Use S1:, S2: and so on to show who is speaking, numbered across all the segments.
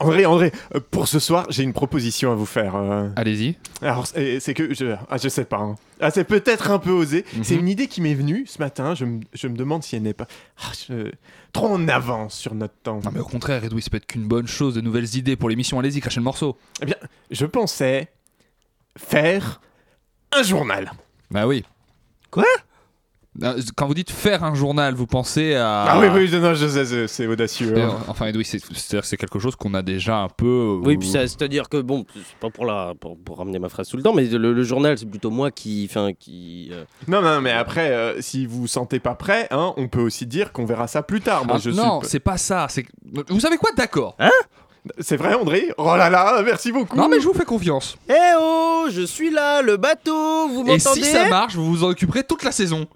S1: André, André, euh, pour ce soir, j'ai une proposition à vous faire. euh.
S2: Allez-y.
S1: Alors, c'est c'est que je, ah, je sais pas. hein. Ah, c'est peut-être un peu osé.
S2: Mhm.
S1: C'est une idée qui m'est venue ce matin. Je me, je me demande si elle n'est pas Ah, je- trop en avance sur notre temps.
S2: Non, Ah, mais oh. au contraire, Edoui, ça peut être qu'une bonne chose, de nouvelles idées pour l'émission. Allez-y, crachez le morceau.
S1: Je pensais faire un journal.
S2: Bah oui.
S3: Quoi
S2: Ah, Quand vous dites faire un journal, vous pensez à.
S1: Ah, oui, oui, non, non, je sais, c'est- c'est audacieux.
S2: Euh,
S1: hein.
S2: Enfin, Edoui, c'est c'est-à-dire que c'est quelque chose qu'on a déjà un peu.
S3: Oui, puis ça- c'est-à-dire que, bon, c'est pas pour, la, pour, pour ramener ma phrase sous le dent, mais le, le journal, c'est plutôt moi qui. Enfin, qui euh,
S1: Non, non, mais après, euh, si vous vous sentez pas prêt, hein, on peut aussi dire qu'on verra ça plus tard. Moi,
S2: Ah,
S1: je
S2: non,
S1: suis...
S2: c'est pas ça. c'est- Vous savez quoi D'accord.
S3: Hein
S1: C'est vrai, André Oh là là, merci beaucoup.
S2: Non, mais je vous fais confiance.
S3: Eh oh, je suis là, le bateau, vous
S2: Et
S3: m'entendez
S2: si ça marche, vous vous en occuperez toute la saison.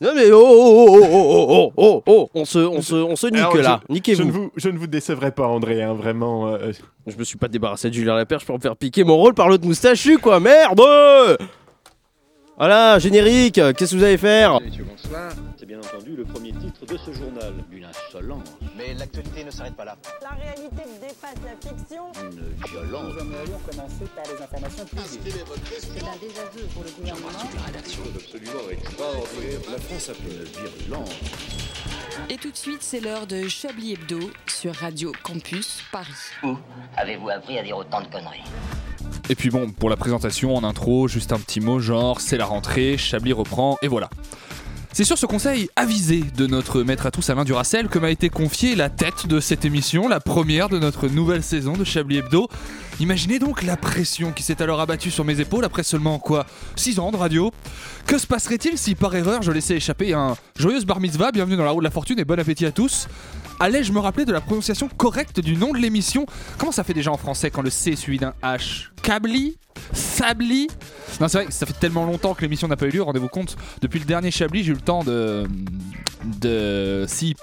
S3: Non mais oh oh oh oh oh oh oh oh On se, on se, on se nique
S1: Alors,
S3: là,
S1: je,
S3: niquez-vous.
S1: ne
S3: Je,
S1: vous, je ne vous décevrai pas, André, hein, vraiment. euh,
S3: me suis pas débarrassé de Julien Laperche pour me faire piquer mon rôle par l'autre moustachu quoi, merde Voilà, générique, qu'est-ce que vous allez faire
S4: C'est bien entendu le premier titre de ce journal. Une insolence,
S5: Mais l'actualité ne s'arrête pas là.
S6: La réalité dépasse la fiction.
S4: une violence.
S6: C'est un désaveu pour le gouvernement.
S7: Et tout de suite, c'est l'heure de Chablis Hebdo sur Radio Campus Paris.
S8: Où avez-vous appris à dire autant de conneries
S2: Et puis bon, pour la présentation en intro, juste un petit mot genre c'est la rentrée, Chablis reprend, et voilà. C'est sur ce conseil avisé de notre maître à tous Alain Duracel que m'a été confiée la tête de cette émission, la première de notre nouvelle saison de Chablis Hebdo. Imaginez donc la pression qui s'est alors abattue sur mes épaules après seulement quoi 6 ans de radio. Que se passerait-il si par erreur je laissais échapper un joyeuse bar mitzvah, bienvenue dans la roue de la fortune et bon appétit à tous Allais-je me rappeler de la prononciation correcte du nom de l'émission Comment ça fait déjà en français quand le C est suivi d'un H Cabli Sabli Non, c'est vrai que ça fait tellement longtemps que l'émission n'a pas eu lieu, rendez-vous compte. Depuis le dernier Chablis, j'ai eu le temps de. de. si.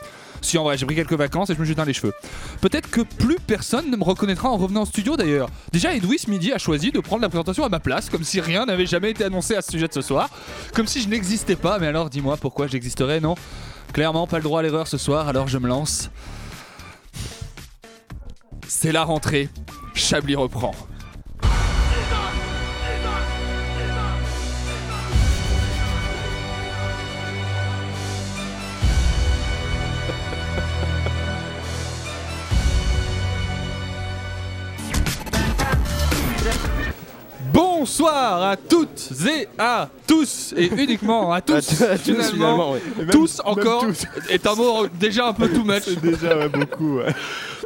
S2: Si en vrai, j'ai pris quelques vacances et je me jette dans les cheveux. Peut-être que plus personne ne me reconnaîtra en revenant au studio d'ailleurs. Déjà, Edoui ce midi a choisi de prendre la présentation à ma place, comme si rien n'avait jamais été annoncé à ce sujet de ce soir. Comme si je n'existais pas, mais alors dis-moi pourquoi j'existerais, non Clairement, pas le droit à l'erreur ce soir, alors je me lance. C'est la rentrée. Chablis reprend. Bonsoir à toutes et à tous et uniquement à
S3: Ah,
S2: tous finalement.
S3: ouais.
S1: et même-
S2: Tous
S1: même
S2: encore
S1: tous.
S2: est un mot déjà un peu too much.
S1: C'est déjà ouais, beaucoup. ouais.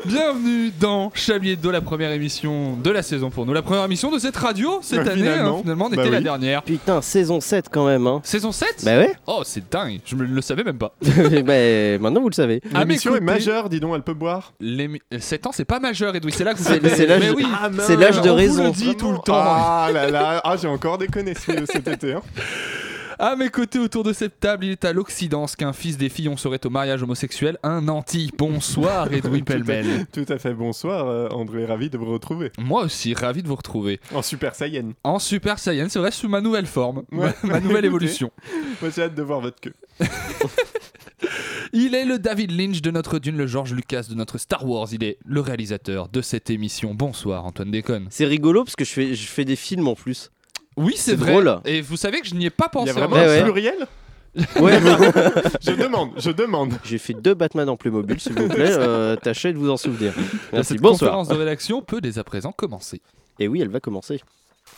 S2: Bienvenue dans Chablis Hebdo, la première émission de la saison pour nous. La première émission de cette radio cette
S1: Bah,
S2: année, hein, finalement,
S1: finalement.
S2: on
S1: Bah
S2: était la
S1: oui.
S2: dernière.
S3: Putain, saison 7 quand même hein.
S2: Saison 7
S3: Bah ouais,
S2: Oh, c'est dingue, je me le savais même pas.
S3: bah, maintenant vous le savez.
S2: À mes
S1: L'émission est
S2: côtés,
S1: majeure, dis donc, elle peut boire.
S2: l'émi- 7 ans, c'est pas majeur, Edoui, c'est là que vous
S3: C'est-
S2: faites-
S3: c'est l'âge
S2: Mais
S3: de-
S2: oui,
S1: Ah, mince.
S3: c'est l'âge de
S2: on vous
S3: raison.
S2: le dit tout le temps.
S1: Ah là là, ah, j'ai encore déconné ce- cet été. hein.
S2: À mes côtés, autour de cette table, il est à l'Occident ce qu'un fils des filles on serait au mariage homosexuel, un anti. Bonsoir, Edoui Pellemel.
S1: Tout à fait, bonsoir euh, André, ravi de vous retrouver.
S2: Moi aussi, ravi de vous retrouver.
S1: En Super Saiyan.
S2: En Super Saiyan, c'est vrai, sous ma nouvelle forme,
S1: Ouais.
S2: ma nouvelle
S1: Ok.
S2: évolution.
S1: Moi j'ai hâte de voir votre queue.
S2: Il est le David Lynch de notre dune, le George Lucas de notre Star Wars. Il est le réalisateur de cette émission. Bonsoir Antoine Déconne.
S3: C'est rigolo parce que je fais, je fais des films en plus.
S2: Oui, c'est
S3: C'est
S2: vrai.
S3: drôle.
S2: Et vous savez que je n'y ai pas
S1: Il y
S2: pensé.
S1: a vraiment
S2: en
S3: Ouais,
S1: un
S2: même
S3: ouais.
S2: temps.
S1: pluriel
S3: Ouais,
S1: Je demande, je demande.
S3: j'ai fait deux Batman en Playmobil s'il vous plaît, euh, tâchez de vous en souvenir. Merci,
S2: Cette
S3: bonsoir.
S2: conférence de rédaction peut dès à présent commencer.
S3: Et oui, elle va commencer.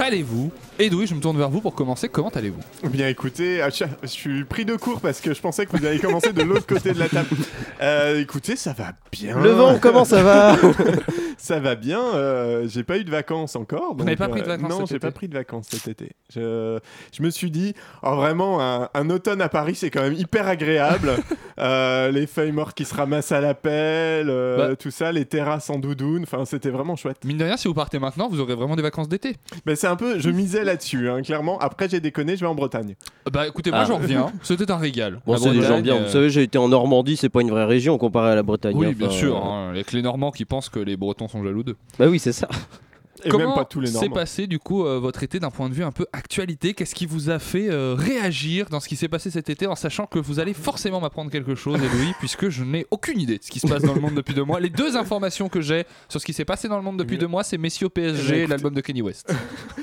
S2: allez-vous Edoui, je me tourne vers vous pour commencer. Comment allez-vous
S1: Eh Bien écoutez, à chaque- je suis pris de court parce que je pensais que vous alliez commencer de l'autre côté de la table. Euh, écoutez, ça va bien.
S3: Le vent, comment ça va
S1: Ça va bien. euh, j'ai pas eu de vacances encore. donc,
S2: n'avez pas pris de
S1: euh,
S2: vacances
S1: Non,
S2: cet
S1: j'ai
S2: été
S1: pas pris de vacances cet été. Je, je me suis dit, oh, vraiment, un, un automne à Paris, c'est quand même hyper agréable. Euh, les feuilles mortes qui se ramassent à la pelle, euh,
S2: Bah.
S1: tout ça, les terrasses en doudoune. Enfin, c'était vraiment chouette.
S2: Mine de rien, si vous partez maintenant, vous aurez vraiment des vacances d'été.
S1: Mais c'est un peu, je misais là-dessus, hein, clairement. Après, j'ai déconné, je vais en Bretagne.
S2: Bah écoutez, moi
S3: Ah.
S2: j'en reviens. C'était un régal.
S3: Bon,
S2: La
S3: c'est des gens
S2: Bretagne,
S3: bien.
S2: euh,
S3: Ah, Vous savez, j'ai été en Normandie, c'est pas une vraie région comparée à la Bretagne.
S2: Oui,
S3: hein.
S2: bien
S3: Enfin,
S2: sûr.
S3: euh,
S2: hein, avec les Normands qui pensent que les Bretons sont jaloux d'eux.
S3: Bah oui, c'est ça.
S1: Et
S2: Comment
S1: même pas tous les
S2: s'est
S1: normes.
S2: passé du coup euh, votre été d'un point de vue un peu actualité Qu'est-ce qui vous a fait euh, réagir dans ce qui s'est passé cet été en sachant que vous allez forcément m'apprendre quelque chose, Eloï, puisque je n'ai aucune idée de ce qui se passe dans le monde depuis deux mois. Les deux informations que j'ai sur ce qui s'est passé dans le monde depuis deux mois, c'est Messieurs
S1: Eh ben,
S2: PSG,
S1: écoute-
S2: l'album de Kenny West.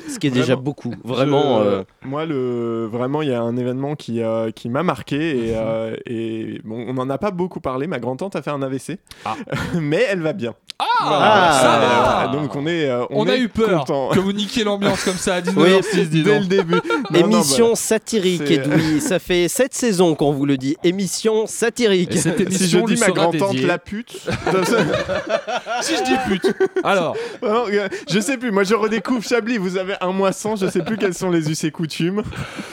S3: Ce qui est déjà
S1: Vraiment.
S3: beaucoup. Vraiment.
S1: Je-
S3: euh,
S1: Moi, le... vraiment, il y a un événement qui, euh, qui m'a marqué. Et,
S2: Mhm.
S1: euh, et bon, on n'en a pas beaucoup parlé. Ma grand-tante a fait un AVC.
S2: Ah.
S1: Mais elle va bien.
S3: Ah,
S2: ça
S1: Et,
S2: va
S1: euh, donc, on est. euh,
S2: On, a
S1: est
S2: eu peur
S1: content.
S2: que vous niquiez l'ambiance comme ça à
S3: Oui,
S2: 19h06, dis
S1: Dès
S2: donc.
S1: le début. Non, bah, non,
S3: Émission satirique,
S1: c'est-
S3: Edoui. Ça fait sept saisons qu'on vous le dit. Émission satirique.
S2: Et cette
S1: bah, Si je
S2: émission
S1: dis
S2: lui
S1: ma
S2: sera
S1: grand-tante
S2: dédiée.
S1: la pute, si je dis pute,
S2: Alors,
S1: vraiment, euh, je sais plus. Moi je redécouvre Chablis, vous avez un mois sans, je sais plus quels sont les us et coutumes.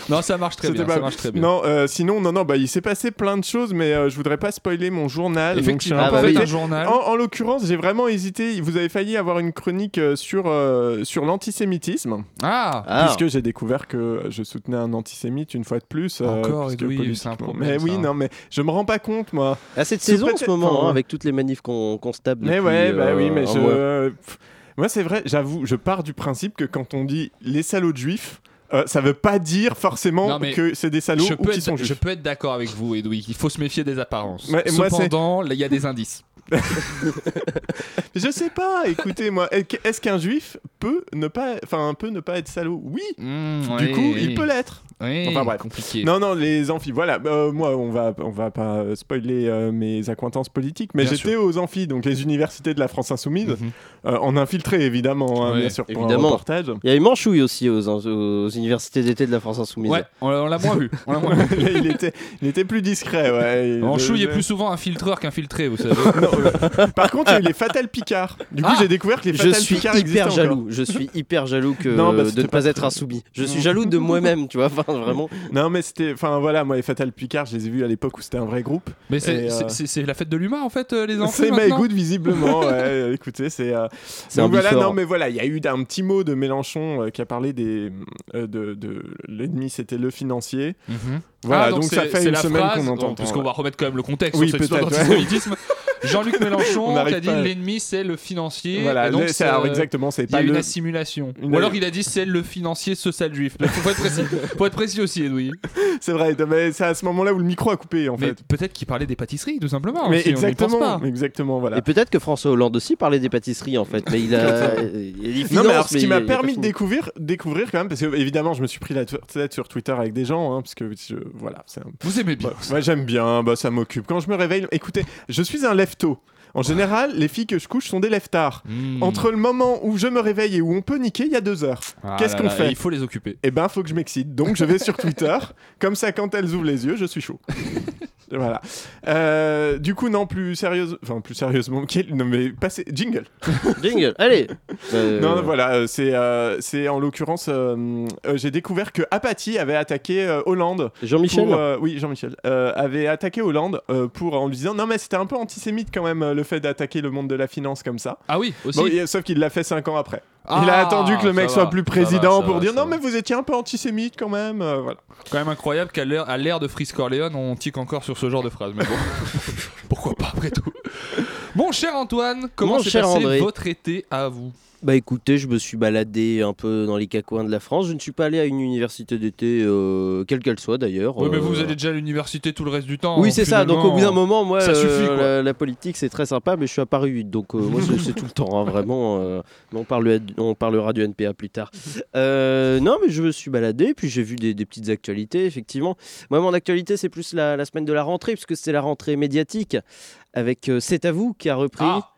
S2: non, ça marche très
S1: C'était
S2: bien.
S1: pas-
S2: Ça marche très bien.
S1: Non, euh, sinon, non, non, bah, il s'est passé plein de choses, mais euh, je voudrais pas spoiler mon journal. donc je suis
S2: Effectivement,
S1: un
S3: Ah
S1: peu
S3: bah
S2: faites
S3: oui.
S2: un
S1: embêté.
S2: journal.
S1: En, en l'occurrence, j'ai vraiment hésité. Vous avez failli avoir une chronique euh, sur, euh, sur l'antisémitisme,
S2: Ah,
S3: Ah.
S1: puisque j'ai découvert que je soutenais un antisémite une fois de plus. euh,
S2: Encore,
S1: puisque
S2: Edoui,
S1: politiquement-
S2: c'est un problème,
S1: Mais oui,
S2: ça.
S1: non, mais je me rends pas compte, moi.
S3: À cette
S1: Sous
S3: saison en ce
S1: prétexte-
S3: moment,
S1: enfin,
S3: hein,
S1: ouais.
S3: avec toutes les manifs qu'on qu'on se table.
S1: Mais
S3: depuis,
S1: ouais, bah
S3: euh,
S1: oui, mais
S3: un
S1: je.
S3: mois.
S1: pff, Moi, c'est vrai, j'avoue, je pars du principe que quand on dit les salauds de juifs, euh, ça veut pas dire
S2: Non,
S1: forcément
S2: mais
S1: que c'est des salauds
S2: je
S1: ou
S2: peux,
S1: qu'ils sont
S2: être, je
S1: juifs.
S2: peux être d'accord avec vous, Edoui. Il faut se méfier des apparences.
S1: Ouais, et moi, c'est-
S2: Cependant, là, il y a des indices.
S1: Je sais pas, écoutez, moi, est-ce qu'un juif peut ne pas, enfin, peut ne pas être salaud Oui. Du coup, il peut l'être.
S2: Mmh, Oui,
S1: Enfin, bref.
S2: compliqué.
S1: Non, non, les amphis. Voilà, euh, moi, on va, on va pas euh, spoiler euh, mes acquaintances politiques, mais
S2: Bien
S1: j'étais aux amphis, donc les universités de la France insoumise,
S2: Mhm.
S1: euh, en infiltré évidemment, hein,
S2: Ouais,
S1: bien sûr, pour
S3: évidemment.
S1: un reportage.
S3: Il y avait Manchouille aussi aux, aux universités d'été de la France Insoumise.
S2: Ouais, on, l'a- on l'a moins vu. On l'a moins vu.
S1: Là, il était, il était plus discret. Ouais. Il-
S2: En
S1: le-
S2: chou, il est
S1: le-
S2: plus souvent un filtreur qu'un filtré, vous savez.
S1: Non, euh, Par contre, il y a eu les Fatal Picard. Du coup,
S2: Ah
S1: j'ai découvert que les
S3: Je
S1: Fatal
S3: suis
S1: Picard
S3: hyper
S1: existaient
S3: jaloux. Je suis hyper jaloux que
S1: Non, bah,
S3: de
S1: c'était
S3: ne pas,
S1: pas
S3: être
S1: très-
S3: insoumis. Je suis jaloux de moi-même, tu vois. Enfin, vraiment.
S1: encore. Non, mais c'était. Enfin, voilà, moi, les Fatal Picard, je les ai vus à l'époque où c'était un vrai groupe.
S2: Mais c'est
S1: Et, euh,
S2: c'est- c'est- c'est la fête de l'humain, en fait, euh, les enfants.
S1: C'est My
S2: maintenant
S1: Good, visiblement. ouais, écoutez, c'est. euh,
S3: C'est
S1: Donc
S3: un
S1: voilà,
S3: bifort.
S1: non, mais voilà, il y a eu un petit mot de Mélenchon euh, qui a parlé des. euh, de, de- L'ennemi, c'était le financier.
S2: Mhm.
S1: Voilà,
S2: Ah,
S1: donc, ça
S2: c'est-
S1: fait
S2: c'est
S1: une
S2: la
S1: semaine
S2: phrase-
S1: qu'on entend.
S2: oh, Parce qu'on
S1: voilà.
S2: va remettre quand même le contexte
S1: Oui,
S2: sur cette histoire
S1: peut-être, ouais.
S2: d'antisémitisme. Jean-Luc
S1: On
S2: Mélenchon qui a
S1: n'arrive
S2: dit
S1: pas à-
S2: l'ennemi c'est le financier.
S1: Voilà,
S2: et donc,
S1: le- c'est-
S2: euh,
S1: alors, exactement, c'est
S2: Il y a
S1: pas
S2: une
S1: le.
S2: assimilation.
S1: une-
S2: Ou alors il a dit c'est le financier, ce sale juif. Il faut être précis. faut être précis aussi, Edoui.
S1: C'est vrai, mais c'est à ce moment-là où le micro a coupé, en
S2: Mais
S1: fait.
S2: peut-être qu'il parlait des pâtisseries, tout simplement.
S1: Mais
S2: aussi, on n'y pense pas.
S1: exactement, exactement, voilà.
S3: Et peut-être que François Hollande aussi parlait des pâtisseries en fait, mais il a. il a dit
S1: Non,
S3: finance,
S1: mais alors ce qui
S3: il a-
S1: m'a
S3: il a pas
S1: permis de
S3: fini.
S1: découvrir, découvrir quand même, parce que évidemment, je me suis pris la tête sur Twitter avec des gens, hein, parce que je- voilà, c'est un-
S2: Vous aimez bien.
S1: Bah, moi j'aime bien, bah, ça m'occupe. Quand je me réveille, écoutez, je suis un lefto. En général, les filles que je couche sont des leftards.
S2: Mmh.
S1: bah, Entre le moment où je me réveille et où on peut niquer, il y a deux heures.
S2: Ah
S1: qu'est-ce
S2: là
S1: qu'on
S2: là,
S1: fait
S2: Il faut les occuper.
S1: Eh ben, faut que je m'excite. Donc, je vais sur Twitter. Comme ça, quand elles ouvrent les yeux, je suis chaud. voilà. Euh, du coup, non, plus sérieusement. Enfin, plus sérieusement. quel- Non, mais passez. Jingle.
S3: Jingle, allez. Euh,
S1: Non, non, voilà, euh, c'est euh, c'est en l'occurrence, euh, euh, j'ai découvert que Apathy avait attaqué euh, Hollande.
S3: Jean-Michel.
S1: pour, euh, Oui, Jean-Michel. euh, avait attaqué Hollande euh, pour, en lui disant non, mais c'était un peu antisémite quand même euh, le fait d'attaquer le monde de la finance comme ça.
S2: Ah oui, aussi.
S1: Bon, il- sauf qu'il l'a fait 5 ans après. il
S2: Ah,
S1: a attendu que le mec
S2: ça
S1: soit
S2: va,
S1: plus
S2: ça
S1: président
S2: va, ça
S1: pour
S2: va,
S1: dire
S2: ça
S1: non,
S2: va.
S1: mais vous étiez un peu antisémite quand même. euh, voilà.
S2: Quand même incroyable qu'à l'ère à l'ère de Frisk Corleone, on tique encore sur ce genre de phrase. Mais bon, pourquoi pas après tout. Mon cher Antoine, comment
S3: Mon
S2: s'est
S3: cher
S2: passé
S3: André.
S2: votre été à vous
S3: Bah écoutez, je me suis baladé un peu dans les cacouins de la France. Je ne suis pas allé à une université d'été, euh, quelle qu'elle soit d'ailleurs.
S2: Oui, mais
S3: Euh,
S2: vous allez déjà à l'université tout le reste du temps.
S3: Oui, c'est ça. Donc au bout d'un moment, moi,
S2: ça
S3: euh,
S2: suffit, quoi.
S3: La, la politique, c'est très sympa, mais je suis à Paris 8, donc euh, moi, c'est c'est tout le temps, hein, vraiment. euh, mais on, parle, on parlera du NPA plus tard. Euh, non, mais je me suis baladé, puis j'ai vu des, des petites actualités, effectivement. Moi, mon actualité, c'est plus la, la semaine de la rentrée, puisque c'est la rentrée médiatique, avec euh, C'est à vous qui a repris.
S2: Ah.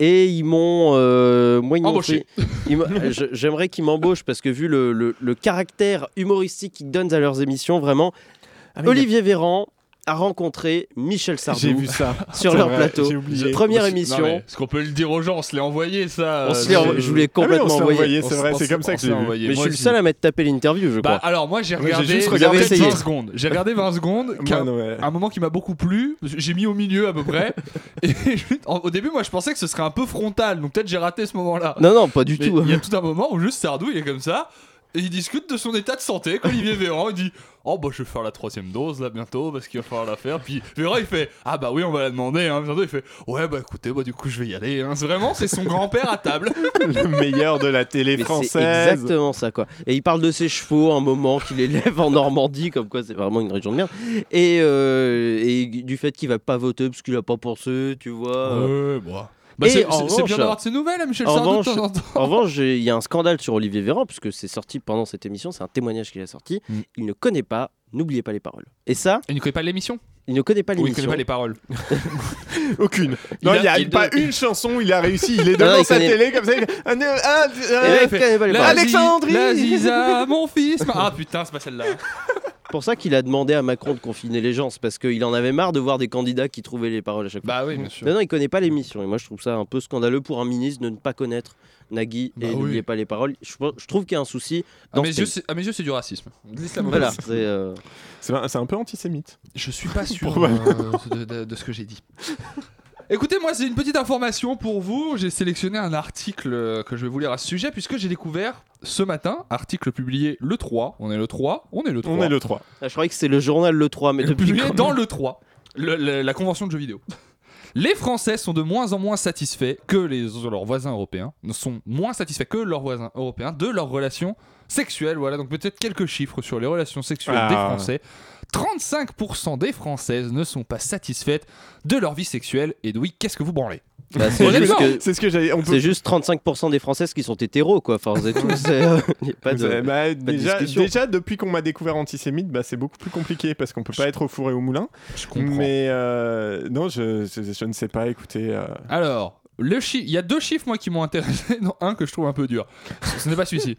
S3: Et ils m'ont. euh, moi, ils m'ont
S2: Embauché.
S3: fait- ils m'ont- euh, je- J'aimerais qu'ils m'embauchent parce que vu le, le- le caractère humoristique qu'ils donnent à leurs émissions, vraiment, Olivier Véran a rencontré Michel Sardou
S1: Ah J'ai vu ça.
S3: sur
S1: C'est
S3: leur
S1: vrai,
S3: plateau.
S1: J'ai oublié.
S3: Première
S2: Non,
S3: émission.
S2: mais, Parce qu'on peut le dire aux gens, on se l'est envoyé ça.
S3: On
S2: euh,
S3: se
S2: j'ai-
S3: l'est envoyé, je vous l'ai
S1: Ah oui, on
S3: complètement
S1: s'est
S3: envoyé.
S1: envoyé, c'est
S2: on
S1: vrai,
S2: se-
S1: c'est comme ça
S2: on
S1: que
S2: se
S1: j'ai
S2: l'est
S1: vu.
S2: envoyé.
S3: mais je
S2: Moi
S3: suis le
S2: aussi.
S3: seul à m'être tapé l'interview, je
S2: Bah,
S3: crois.
S2: alors moi j'ai
S1: Moi,
S2: regardé
S1: j'ai juste
S2: peut-être
S1: regardé
S2: 20
S1: essayé.
S2: secondes. J'ai regardé 20 secondes.
S1: Moi,
S2: qu'un-
S1: non, mais-
S2: un moment qui m'a beaucoup plu, j'ai mis au milieu à peu près. et je- en- au début, moi je pensais que ce serait un peu frontal, donc peut-être j'ai raté ce moment-là.
S3: Non, non, pas du
S2: Mais
S3: tout. hein.
S2: Il y a tout un moment où juste Sardou il est comme ça. et il discute de son état de santé qu'Olivier Véran il dit Oh bah je vais faire la troisième dose là bientôt parce qu'il va falloir la faire. Puis Véran il fait Ah bah oui on va la demander. Hein. Bientôt il fait Ouais bah écoutez bah du coup je vais y aller. Hein. C'est vraiment c'est son grand-père à table.
S1: le meilleur de la télé
S3: Mais C'est
S1: française.
S3: exactement ça, quoi. Et il parle de ses chevaux un moment qu'il élève en Normandie, comme quoi c'est vraiment une région de merde. Et, euh, et du fait qu'il va pas voter parce qu'il a pas pensé, tu vois. euh.
S2: Ouais, bon. Bah,
S3: Et
S2: c'est
S3: en
S2: c'est- c'est
S3: revanche-
S2: bien d'avoir de ses nouvelles à Michel
S3: En
S2: Sardou de
S3: revanche-
S2: temps en temps.
S3: En revanche, j'ai- il y a un scandale sur Olivier Véran, puisque c'est sorti pendant cette émission, c'est un témoignage qu'il a sorti.
S2: Mm.
S3: Il ne connaît pas, n'oubliez pas les paroles. Et ça,
S2: Il ne connaît pas l'émission
S3: il ne connaît pas
S2: Ou il ne
S3: l'émission.
S2: connaît pas les paroles
S1: Aucune. Non, il
S2: Il
S1: n'y
S2: a-
S1: a,
S2: il
S1: pas
S2: doit-
S1: une chanson où il a réussi. Il est
S3: Non,
S1: devant
S3: il
S1: sa
S3: connaît-
S1: télé comme ça. il fait, Ah, non, ah,
S3: Et
S1: ah.
S3: là, Eh ben, il connaît pas les
S2: La
S3: paroles.
S1: Allez. Alexandrie
S2: La Ziza, mon fils ma- Ah putain, c'est pas celle-là.
S3: C'est pour ça qu'il a demandé à Macron de confiner les gens, c'est parce qu'il en avait marre de voir des candidats qui trouvaient les paroles à chaque fois.
S2: Bah oui, bien sûr.
S3: Non, non, il connaît pas l'émission. Et moi, je trouve ça un peu scandaleux pour un ministre de ne pas connaître Nagui
S2: Bah
S3: et
S2: oui. Ah,
S3: n'oubliez pas les paroles. Je, pense- je trouve qu'il y a un souci.
S2: À
S3: Dans
S2: mes,
S3: ce
S2: yeux,
S3: pays.
S2: c'est- à mes yeux, c'est du racisme. De l'islamophobie.
S3: Voilà. c'est, euh,
S1: C'est un, c'est un peu antisémite.
S2: Je suis pas sûr
S1: Probablement.
S2: euh, de, de- de ce que j'ai dit. Écoutez, moi, c'est une petite information pour vous. J'ai sélectionné un article euh, que je vais vous lire à ce sujet, puisque j'ai découvert ce matin, article publié le 3. On est le 3, on est le 3.
S1: On est le 3.
S3: Ah, je croyais que c'est le journal Le 3, mais
S2: Le
S3: depuis
S2: publié
S3: quand-
S2: dans le 3, le- le- la convention de jeux vidéo. Les Français sont de moins en moins satisfaits que les, leurs voisins européens, sont moins satisfaits que leurs voisins européens de leurs relations sexuelles. Voilà, donc peut-être quelques chiffres sur les relations sexuelles des
S1: Ah.
S2: Français. 35% des Françaises ne sont pas satisfaites de leur vie sexuelle. Et oui, qu'est-ce que vous branlez
S3: Bah, c'est
S2: Honnêtement,
S3: juste que-
S1: euh, C'est ce que j'avais. On peut.
S3: C'est juste 35% des Françaises qui sont hétéros, quoi. Enfin, vous êtes tous. c'est, euh, y a pas de...
S1: Bah, déjà,
S3: discussion.
S1: déjà, depuis qu'on m'a découvert antisémite, bah, c'est beaucoup plus compliqué parce qu'on peut pas être au four et au moulin.
S2: Je
S1: Mais euh, non, je, je, je ne sais pas. Écoutez, euh,
S2: Alors, le chi- il y a deux chiffres moi qui m'ont intéressé, non, un que je trouve un peu dur. Ce ce n'est pas celui-ci.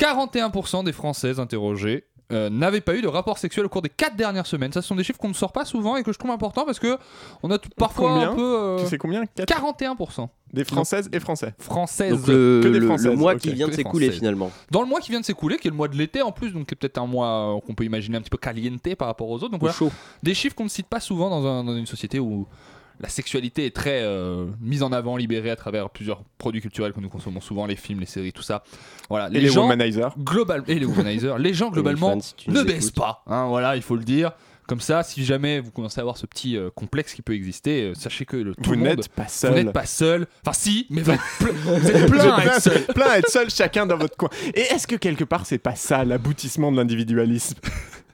S2: 41% des Françaises interrogées euh, n'avaient pas eu de rapport sexuel au cours des quatre dernières semaines. Ça, ce sont des chiffres qu'on ne sort pas souvent et que je trouve important parce que on a tout- parfois
S1: Combien
S2: un peu. euh,
S1: tu sais combien Quatre
S2: 41%
S1: Des Françaises et Français.
S2: françaises
S3: Donc, le,
S1: que des
S3: le- le
S1: Françaises,
S3: mois
S1: ok.
S3: qui vient
S2: Que
S3: de
S2: des
S3: s'écouler,
S2: Françaises.
S3: finalement.
S2: dans le mois qui vient de s'écouler, qui est le mois de l'été en plus, donc qui est peut-être un mois euh, qu'on peut imaginer un petit peu caliente par rapport aux autres. Donc
S3: Au
S2: voilà,
S3: chaud.
S2: des chiffres qu'on ne cite pas souvent dans, un- dans une société où la sexualité est très euh, mise en avant, libérée à travers plusieurs produits culturels que nous consommons souvent, les films, les séries, tout ça. Voilà,
S1: Et les,
S2: gens
S1: womanizers.
S2: global et les womanizers, les gens globalement
S3: OnlyFans, si tu nous
S2: ne
S3: écoutes.
S2: baissent pas. hein, voilà, il faut le dire. Comme ça, si jamais vous commencez à avoir ce petit euh, complexe qui peut exister, euh, sachez que le, tout
S1: Vous
S2: le monde,
S1: n'êtes pas
S2: vous
S1: seul.
S2: n'êtes pas seul. Enfin, si, mais vous êtes, ple- vous êtes plein à être seul.
S1: plein à être seul, chacun dans votre coin. Et est-ce que quelque part, c'est pas ça l'aboutissement de l'individualisme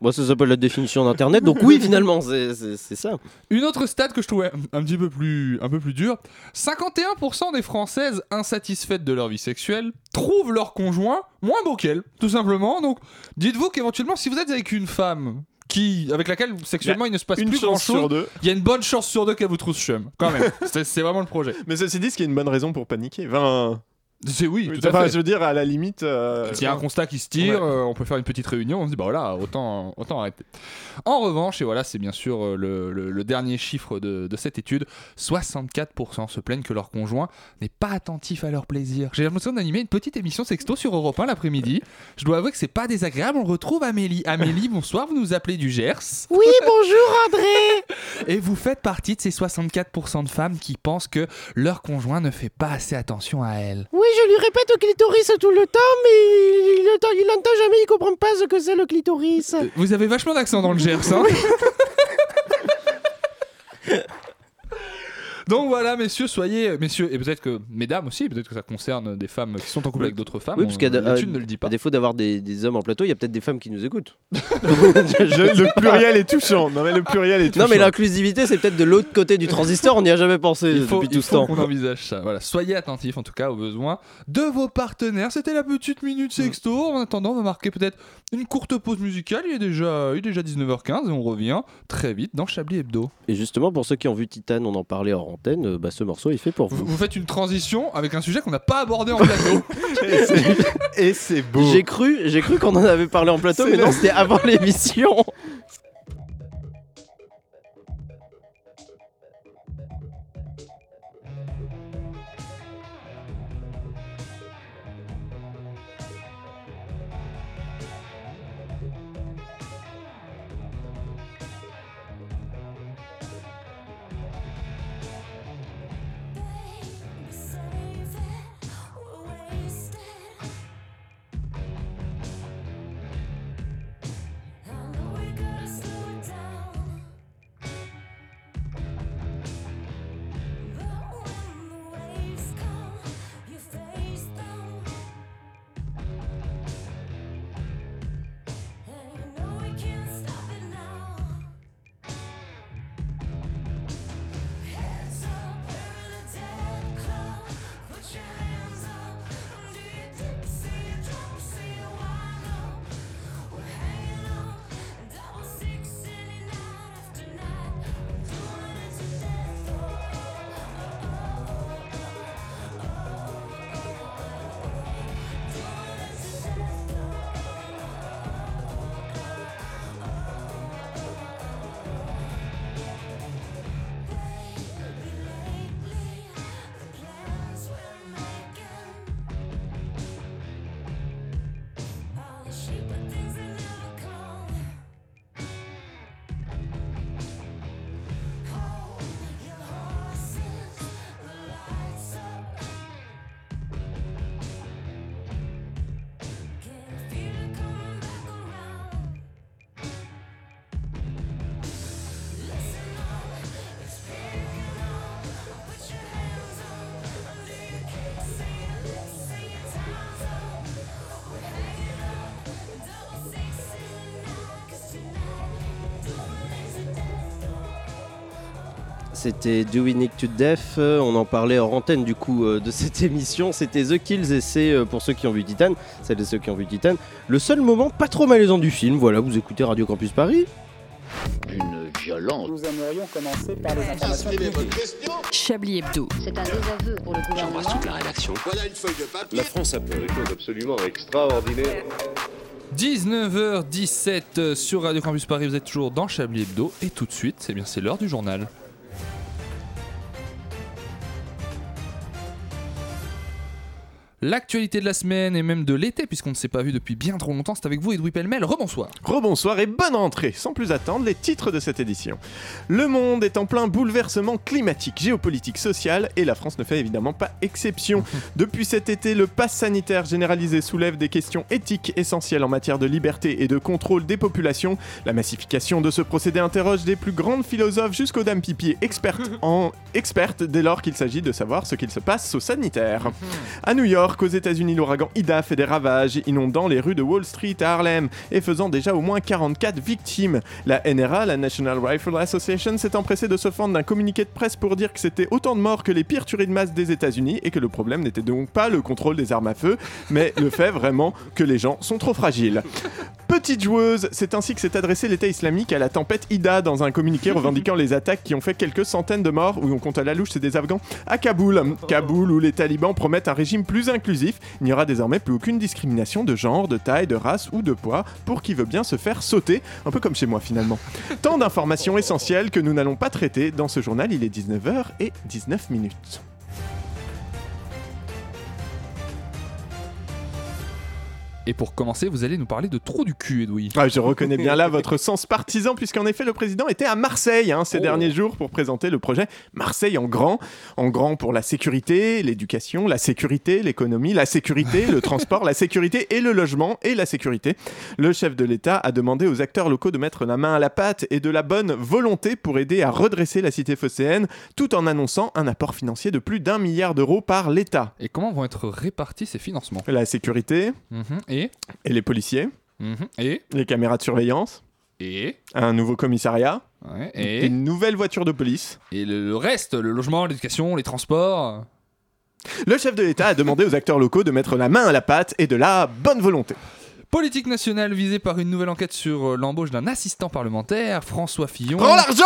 S3: Moi, ça s'appelle la définition d'Internet. Donc, oui, finalement, c'est- c'est c'est ça.
S2: Une autre stat que je trouvais un, un petit peu plus, un peu plus dure 51% des Françaises insatisfaites de leur vie sexuelle trouvent leur conjoint moins beau qu'elles, tout simplement. Donc, dites-vous qu'éventuellement, si vous êtes avec une femme qui, avec laquelle sexuellement il ne se passe
S1: Une
S2: plus
S1: chance
S2: grand-chose,
S1: sur deux.
S2: Il y a une bonne chance sur deux qu'elle vous trouve chum, quand même. c'est c'est vraiment le projet.
S1: Mais ceci dit, ce qui est une bonne raison pour paniquer. Enfin,
S2: C'est oui, tout à
S1: enfin,
S2: fait.
S1: je veux dire, à la limite. euh,
S2: S'il y a un constat qui se tire, euh, on peut faire une petite réunion, on se dit bah voilà, autant, autant arrêter. En revanche, et voilà, c'est bien sûr euh, le, le- le dernier chiffre de, de cette étude, 64% se plaignent que leur conjoint n'est pas attentif à leur plaisir. J'ai l'impression d'animer une petite émission sexto sur Europe 1 l'après-midi. Je dois avouer que c'est pas désagréable, on retrouve Amélie. Amélie, bonsoir, vous nous appelez du Gers.
S9: Oui, bonjour André
S2: Et vous faites partie de ces 64% de femmes qui pensent que leur conjoint ne fait pas assez attention à elle.
S9: Oui, je lui répète le clitoris tout le temps, mais il l'entend il l'entend jamais, il comprend pas ce que c'est le clitoris.
S2: Euh, Vous avez vachement d'accent dans le Gers, hein Donc voilà, messieurs, soyez. Messieurs, et peut-être que. Mesdames aussi, peut-être que ça concerne des femmes qui sont en couple avec d'autres femmes.
S3: Oui, parce
S2: on-
S3: qu'à-
S2: L'étude
S3: à-
S2: ne le dit
S3: À
S2: pas.
S3: défaut d'avoir des, des hommes en plateau, il y a peut-être des femmes qui nous écoutent.
S1: je- le pluriel est touchant. Non, mais le pluriel est touchant.
S3: Non, mais l'inclusivité, c'est peut-être de l'autre côté du transistor. On n'y a jamais pensé
S2: Il faut,
S3: depuis
S2: il
S3: tout ce
S2: faut
S3: temps.
S2: qu'on envisage ça. Voilà, soyez attentifs en tout cas aux besoins de vos partenaires. C'était la petite minute sexto. En attendant, on va marquer peut-être une courte pause musicale. Il est déjà, il est déjà 19h15 et on revient très vite dans Chablis Hebdo.
S3: Et justement, pour ceux qui ont vu Titan, on en parlait hors antenne, euh, bah, ce morceau est fait pour
S2: Vous,
S3: vous.
S2: vous faites une transition avec un sujet qu'on n'a pas abordé en plateau.
S1: Et c'est- Et c'est beau.
S3: J'ai cru, j'ai cru qu'on en avait parlé en plateau,
S1: C'est
S3: mais
S1: le-
S3: non, c'était avant l'émission.
S10: Save it, we're wasted.
S3: C'était Do We Need to Death. Euh, On en parlait hors antenne du coup euh, de cette émission. C'était The Kills et c'est euh, pour ceux qui ont vu Titan, celles et ceux qui ont vu Titan, le seul moment pas trop malaisant du film. Voilà, vous écoutez Radio Campus Paris.
S8: Une violence.
S10: Nous aimerions commencer par les informations publiques.
S7: Chablis Hebdo.
S6: C'est un désaveu pour le gouvernement.
S8: la rédaction.
S4: La France a fait des choses absolument extraordinaires.
S2: 19h17 euh, sur Radio Campus Paris, vous êtes toujours dans Chablis Hebdo et tout de suite, eh bien, c'est l'heure du journal. L'actualité de la semaine et même de l'été, puisqu'on ne s'est pas vu depuis bien trop longtemps, c'est avec vous Edoui Pellemel, rebonsoir
S1: Rebonsoir et bonne entrée. Sans plus attendre, les titres de cette édition. Le monde est en plein bouleversement climatique, géopolitique, social et la France ne fait évidemment pas exception. Depuis cet été, le pass sanitaire généralisé soulève des questions éthiques essentielles en matière de liberté et de contrôle des populations. La massification de ce procédé interroge des plus grandes philosophes jusqu'aux dames pipiers expertes en expertes dès lors qu'il s'agit de savoir ce qu'il se passe au sanitaire. À New York, aux États-Unis, l'ouragan Ida fait des ravages, inondant les rues de Wall Street à Harlem et faisant déjà au moins 44 victimes. La NRA, la National Rifle Association, s'est empressée de se fendre d'un communiqué de presse pour dire que c'était autant de morts que les pires tueries de masse des États-Unis et que le problème n'était donc pas le contrôle des armes à feu, mais le fait vraiment que les gens sont trop fragiles. Petite joueuse, c'est ainsi que s'est adressé l'État islamique à la tempête Ida dans un communiqué revendiquant les attaques qui ont fait quelques centaines de morts, où on compte à la louche, c'est des Afghans, à Kaboul. Kaboul, où les talibans promettent un régime plus inclusif, il n'y aura désormais plus aucune discrimination de genre, de taille, de race ou de poids pour qui veut bien se faire sauter, un peu comme chez moi finalement. Tant d'informations essentielles que nous n'allons pas traiter dans ce journal, il est 19h et 19 minutes.
S2: Et pour commencer, vous allez nous parler de trou du cul, Edoui.
S1: Ah, je reconnais bien là votre sens partisan, puisqu'en effet, le président était à Marseille hein, ces derniers jours pour présenter le projet Marseille en grand. En grand pour la sécurité, l'éducation, la sécurité, l'économie, la sécurité, le transport, la sécurité et le logement et la sécurité. Le chef de l'État a demandé aux acteurs locaux de mettre la main à la pâte et de la bonne volonté pour aider à redresser la cité phocéenne, tout en annonçant un apport financier de plus d'un milliard d'euros par l'État.
S2: Et comment vont être répartis ces financements
S1: La sécurité
S2: Mhm, Et
S1: et les policiers,
S2: Mhm, Et
S1: les caméras de surveillance,
S2: Et
S1: un nouveau commissariat.
S2: ouais, Et,
S1: une nouvelle voiture de police.
S2: et le le reste, le logement, l'éducation, les transports
S1: Le chef de l'État a demandé aux acteurs locaux de mettre la main à la pâte et de la bonne volonté.
S2: Politique nationale visée par une nouvelle enquête sur euh, l'embauche d'un assistant parlementaire, François Fillon.
S1: Prends l'argent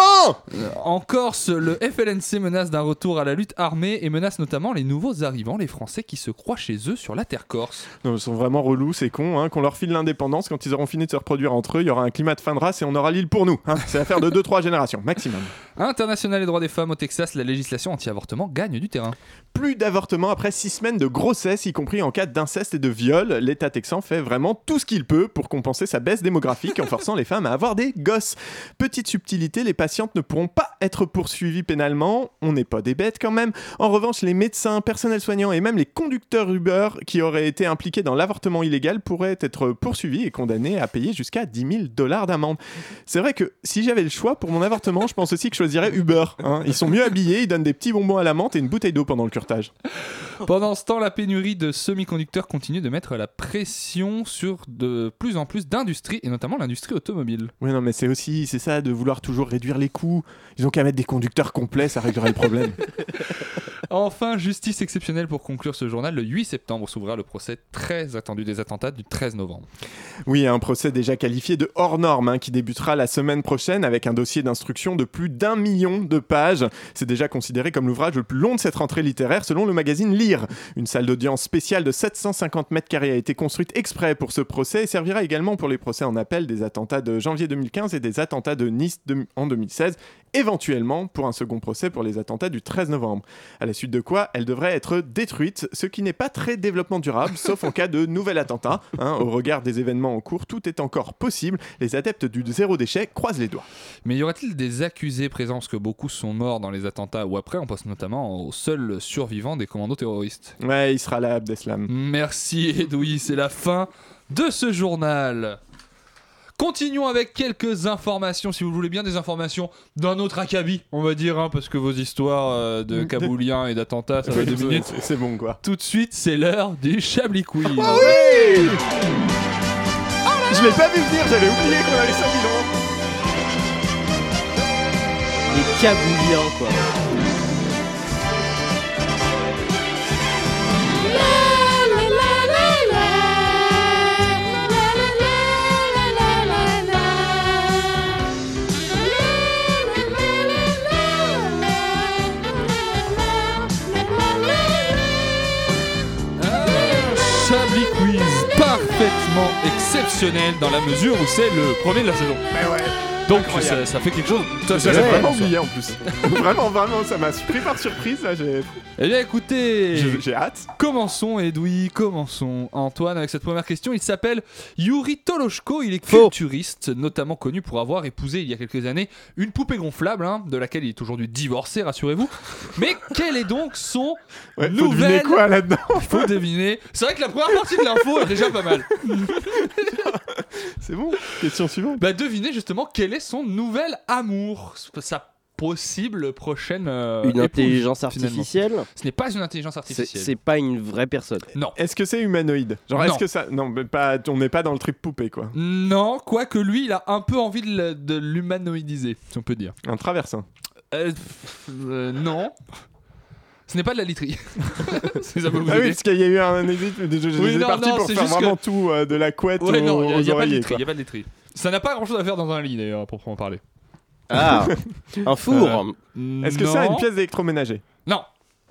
S2: En Corse, le FLNC menace d'un retour à la lutte armée et menace notamment les nouveaux arrivants, les Français qui se croient chez eux sur la terre corse.
S1: Non, ils sont vraiment relous, ces cons, hein, qu'on leur file l'indépendance, quand ils auront fini de se reproduire entre eux, il y aura un climat de fin de race et on aura l'île pour nous. hein. C'est l'affaire de 2-3 générations, maximum.
S2: International et droits des femmes au Texas, la législation anti-avortement gagne du terrain.
S1: Plus d'avortements après 6 semaines de grossesse, y compris en cas d'inceste et de viol, l'État texan fait vraiment tout ce qu'il peut pour compenser sa baisse démographique en forçant les femmes à avoir des gosses. Petite subtilité, les patientes ne pourront pas être poursuivies pénalement, on n'est pas des bêtes quand même. En revanche, les médecins, personnels soignants et même les conducteurs Uber qui auraient été impliqués dans l'avortement illégal pourraient être poursuivis et condamnés à payer jusqu'à 10 000 dollars d'amende. C'est vrai que si j'avais le choix pour mon avortement, je pense aussi que je choisirais Uber. hein. Ils sont mieux habillés, ils donnent des petits bonbons à la menthe et une bouteille d'eau pendant le curtage.
S2: Pendant ce temps, la pénurie de semi-conducteurs continue de mettre la pression sur de plus en plus d'industries, et notamment l'industrie automobile.
S1: Ouais, non, mais c'est aussi, c'est ça, de vouloir toujours réduire les coûts. Ils ont qu'à mettre des conducteurs complets, ça réglerait le problème.
S2: Enfin, justice exceptionnelle pour conclure ce journal. Le 8 septembre s'ouvrira le procès très attendu des attentats du 13 novembre.
S1: oui, un procès déjà qualifié de hors norme hein, qui débutera la semaine prochaine avec un dossier d'instruction de plus d'un million de pages. C'est déjà considéré comme l'ouvrage le plus long de cette rentrée littéraire selon le magazine Lire. Une salle d'audience spéciale de 750 mètres carrés a été construite exprès pour ce procès et servira également pour les procès en appel des attentats de janvier 2015 et des attentats de Nice de- en 2016, éventuellement pour un second procès pour les attentats du 13 novembre. À la suite de quoi, elle devrait être détruite, ce qui n'est pas très développement durable, sauf en cas de nouvel attentat. hein. au regard des événements en cours, tout est encore possible. Les adeptes du zéro déchet croisent les doigts.
S2: Mais y aura-t-il des accusés présents Parce que beaucoup sont morts dans les attentats ou après. On pense notamment au seul survivant des commandos terroristes.
S1: Ouais, il sera là, Abdeslam.
S2: Merci Edoui, c'est la fin de ce journal. Continuons avec quelques informations, si vous voulez bien, des informations d'un autre acabit, on va dire, hein, parce que vos histoires euh, de Kabouliens et d'attentats, ça va deux minutes.
S1: C'est c'est bon, quoi.
S2: Tout de suite, c'est l'heure du Chablis Quiz.
S1: Je l'ai pas vu venir, j'avais oublié qu'on avait 100 000
S3: Les Kabouliens, quoi.
S2: exceptionnel dans la mesure où c'est le premier de la saison. Donc ça,
S1: Incroyable.
S2: ça fait quelque chose. de tout à
S1: J'avais
S2: fait
S1: vraiment
S2: incroyable, ça.
S1: oublié en plus. vraiment, vraiment, ça m'a pris par surprise. Là, j'ai,
S2: Eh bien écoutez,
S1: j'ai- j'ai hâte.
S2: Commençons, Edoui, commençons. Antoine, avec cette première question, il s'appelle Yuri Toloshko. Il est
S3: Faux.
S2: culturiste, notamment connu pour avoir épousé il y a quelques années une poupée gonflable, hein, de laquelle il est aujourd'hui divorcé, rassurez-vous. Mais quel est donc son.
S1: Ouais, faut
S2: Nouvelle-
S1: deviner quoi là-dedans
S2: Il faut deviner. C'est vrai que la première partie de l'info est déjà pas mal.
S1: C'est bon. Question suivante.
S2: Bah, devinez justement quel est son nouvel amour, sa possible prochaine. euh,
S3: Une
S2: épouse,
S3: intelligence
S2: finalement.
S3: artificielle
S2: Ce n'est pas une intelligence
S3: C'est-
S2: artificielle.
S3: C'est pas une vraie personne.
S1: Est-ce que c'est humanoïde Genre, est-ce
S2: Non.
S1: que ça. Non, mais pas... on n'est pas dans le truc poupée, quoi.
S2: Non, quoique lui, il a un peu envie de le- de l'humanoïdiser, si on peut dire.
S1: Un traversin.
S2: Euh, pff, euh, non. Ce n'est pas de la literie. Si ça peut vous
S1: Ah oui,
S2: aider.
S1: parce qu'il y a eu un hésite.
S2: Oui,
S1: J'étais
S2: non,
S1: parti
S2: non,
S1: pour
S2: c'est
S1: faire
S2: juste que-
S1: vraiment tout, euh, de la couette
S2: Ouais,
S1: au-
S2: non, il
S1: aux
S2: n'y a, pas de
S1: oreillers.
S2: literie, y a pas de literie. Ça n'a pas grand chose à faire dans un lit d'ailleurs, pour en parler.
S3: Ah Un
S2: Euh,
S3: four
S1: quoi. Est-ce que c'est
S2: Non.
S1: une pièce d'électroménager
S2: Non.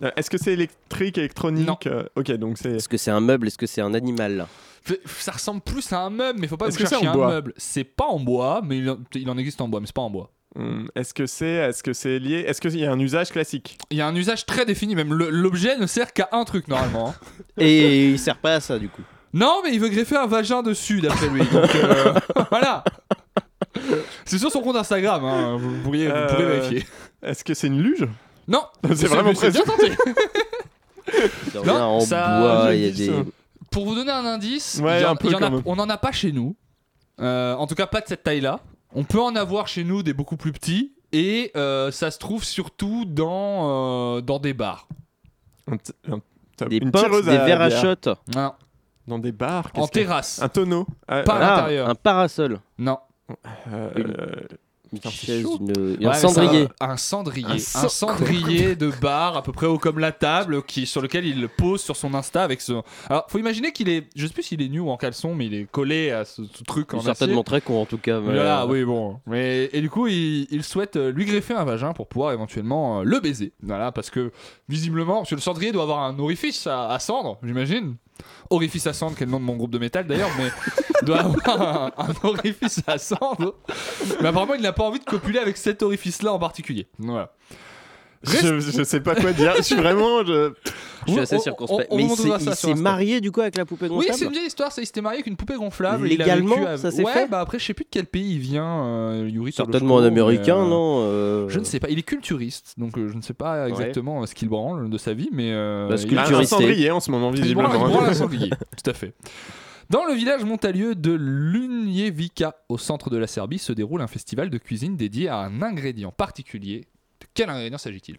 S1: Euh, Est-ce que c'est électrique, électronique
S2: Non.
S1: Euh, Ok, donc c'est.
S3: Est-ce que c'est un meuble Est-ce que c'est un animal
S2: F- Ça ressemble plus à un meuble, mais faut pas
S1: Est-ce
S2: vous
S1: que c'est
S2: chercher
S1: en
S2: un
S1: bois
S2: meuble. C'est pas en bois, mais il en, il en existe en bois, mais c'est pas en bois.
S1: Hum, Est-ce que c'est. Est-ce que c'est lié Est-ce qu'il y a un usage classique
S2: Il y a un usage très défini, même le- l'objet ne sert qu'à un truc normalement. hein.
S3: Et il sert pas à ça du coup.
S2: non, mais il veut greffer un vagin dessus, d'après lui. Donc, euh, voilà. C'est sur son compte Instagram, hein, vous, pourriez, vous pourrez
S1: Euh,
S2: vérifier.
S1: Est-ce que c'est une luge
S2: Non,
S1: C'est vraiment très
S2: c'est bien tenté.
S3: Non,
S2: Non,
S3: en
S2: ça-
S3: bois,
S1: je
S3: il y a
S1: dis
S3: des.
S1: ça.
S2: Pour vous donner un indice,
S1: Ouais,
S2: il y en-
S1: un peu
S2: il y en a-
S1: quand même.
S2: on n'en a pas chez nous. Euh, en tout cas, pas de cette taille-là. On peut en avoir chez nous des beaucoup plus petits. Et euh, ça se trouve surtout dans, euh, dans des bars.
S1: Un t- un-
S3: Des
S1: une
S3: pinces,
S1: tireuse
S3: des verres à
S1: bière.
S3: shot.
S2: Non,
S1: Dans des bars
S2: Hein, en
S1: qu'est-ce qu'il y a
S2: terrasse.
S1: Un tonneau Ah,
S2: Pas- À
S1: ah,
S3: Ah,
S2: l'intérieur.
S3: un parasol.
S2: Non.
S1: euh,
S3: Une-
S1: euh,
S3: Une
S1: Putain, c'est
S3: chaise,
S1: chaud.
S3: une-
S2: Ouais,
S3: Un
S2: mais ça-
S3: cendrier.
S2: Un cendrier.
S1: Un
S2: Un,
S1: cen-
S2: cendrier de bar, à peu près haut comme la table, qui, sur lequel il le pose sur son Insta avec ce. Alors, faut imaginer qu'il est. Je sais plus s'il est nu ou en caleçon, mais il est collé à ce, ce truc en acier.
S3: Certainement très con en tout cas. mais- euh,
S2: Voilà, Oh oui, bon. Mais, et du coup, il, il souhaite euh, lui greffer un vagin pour pouvoir éventuellement euh, le baiser. Voilà, parce que visiblement, parce que le cendrier doit avoir un orifice à, à cendre, j'imagine. Orifice à cendre, qui est le nom de mon groupe de métal d'ailleurs, mais doit avoir un, un orifice à cendre. Mais apparemment, il n'a pas envie de copuler avec cet orifice-là en particulier. Voilà.
S1: je, je sais pas quoi dire. Je suis vraiment. je-
S3: Je suis assez
S2: On- on-
S3: circonspect.
S2: on- on
S3: Mais il
S2: montrera
S3: s'est-
S2: ça
S3: il
S2: sur
S3: s'est
S2: Insta.
S3: marié du coup avec la poupée
S2: Oui,
S3: gonflable
S2: c'est une vieille histoire. Ça, il s'était marié avec une poupée gonflable.
S3: Légalement,
S2: il a vécu à-
S3: ça s'est
S2: ouais,
S3: fait
S2: bah après, je sais plus de quel pays il vient, euh, Yuri
S3: Certainement
S2: Toloshko,
S3: un
S2: mais,
S3: américain,
S2: euh,
S3: non euh,
S2: Je ne sais pas, il est culturiste, donc euh, je ne sais pas exactement euh, ce qu'il branle de sa vie, mais. euh,
S3: Parce que
S2: il-
S1: Un- Un
S3: Culturiste.
S1: cendrier en ce moment,
S2: il branle, il branle
S1: visiblement.
S2: un sanglier, tout à fait. Dans le village montagneux de Lunjevica, au centre de la Serbie, se déroule un festival de cuisine dédié à un ingrédient particulier. De quel ingrédient s'agit-il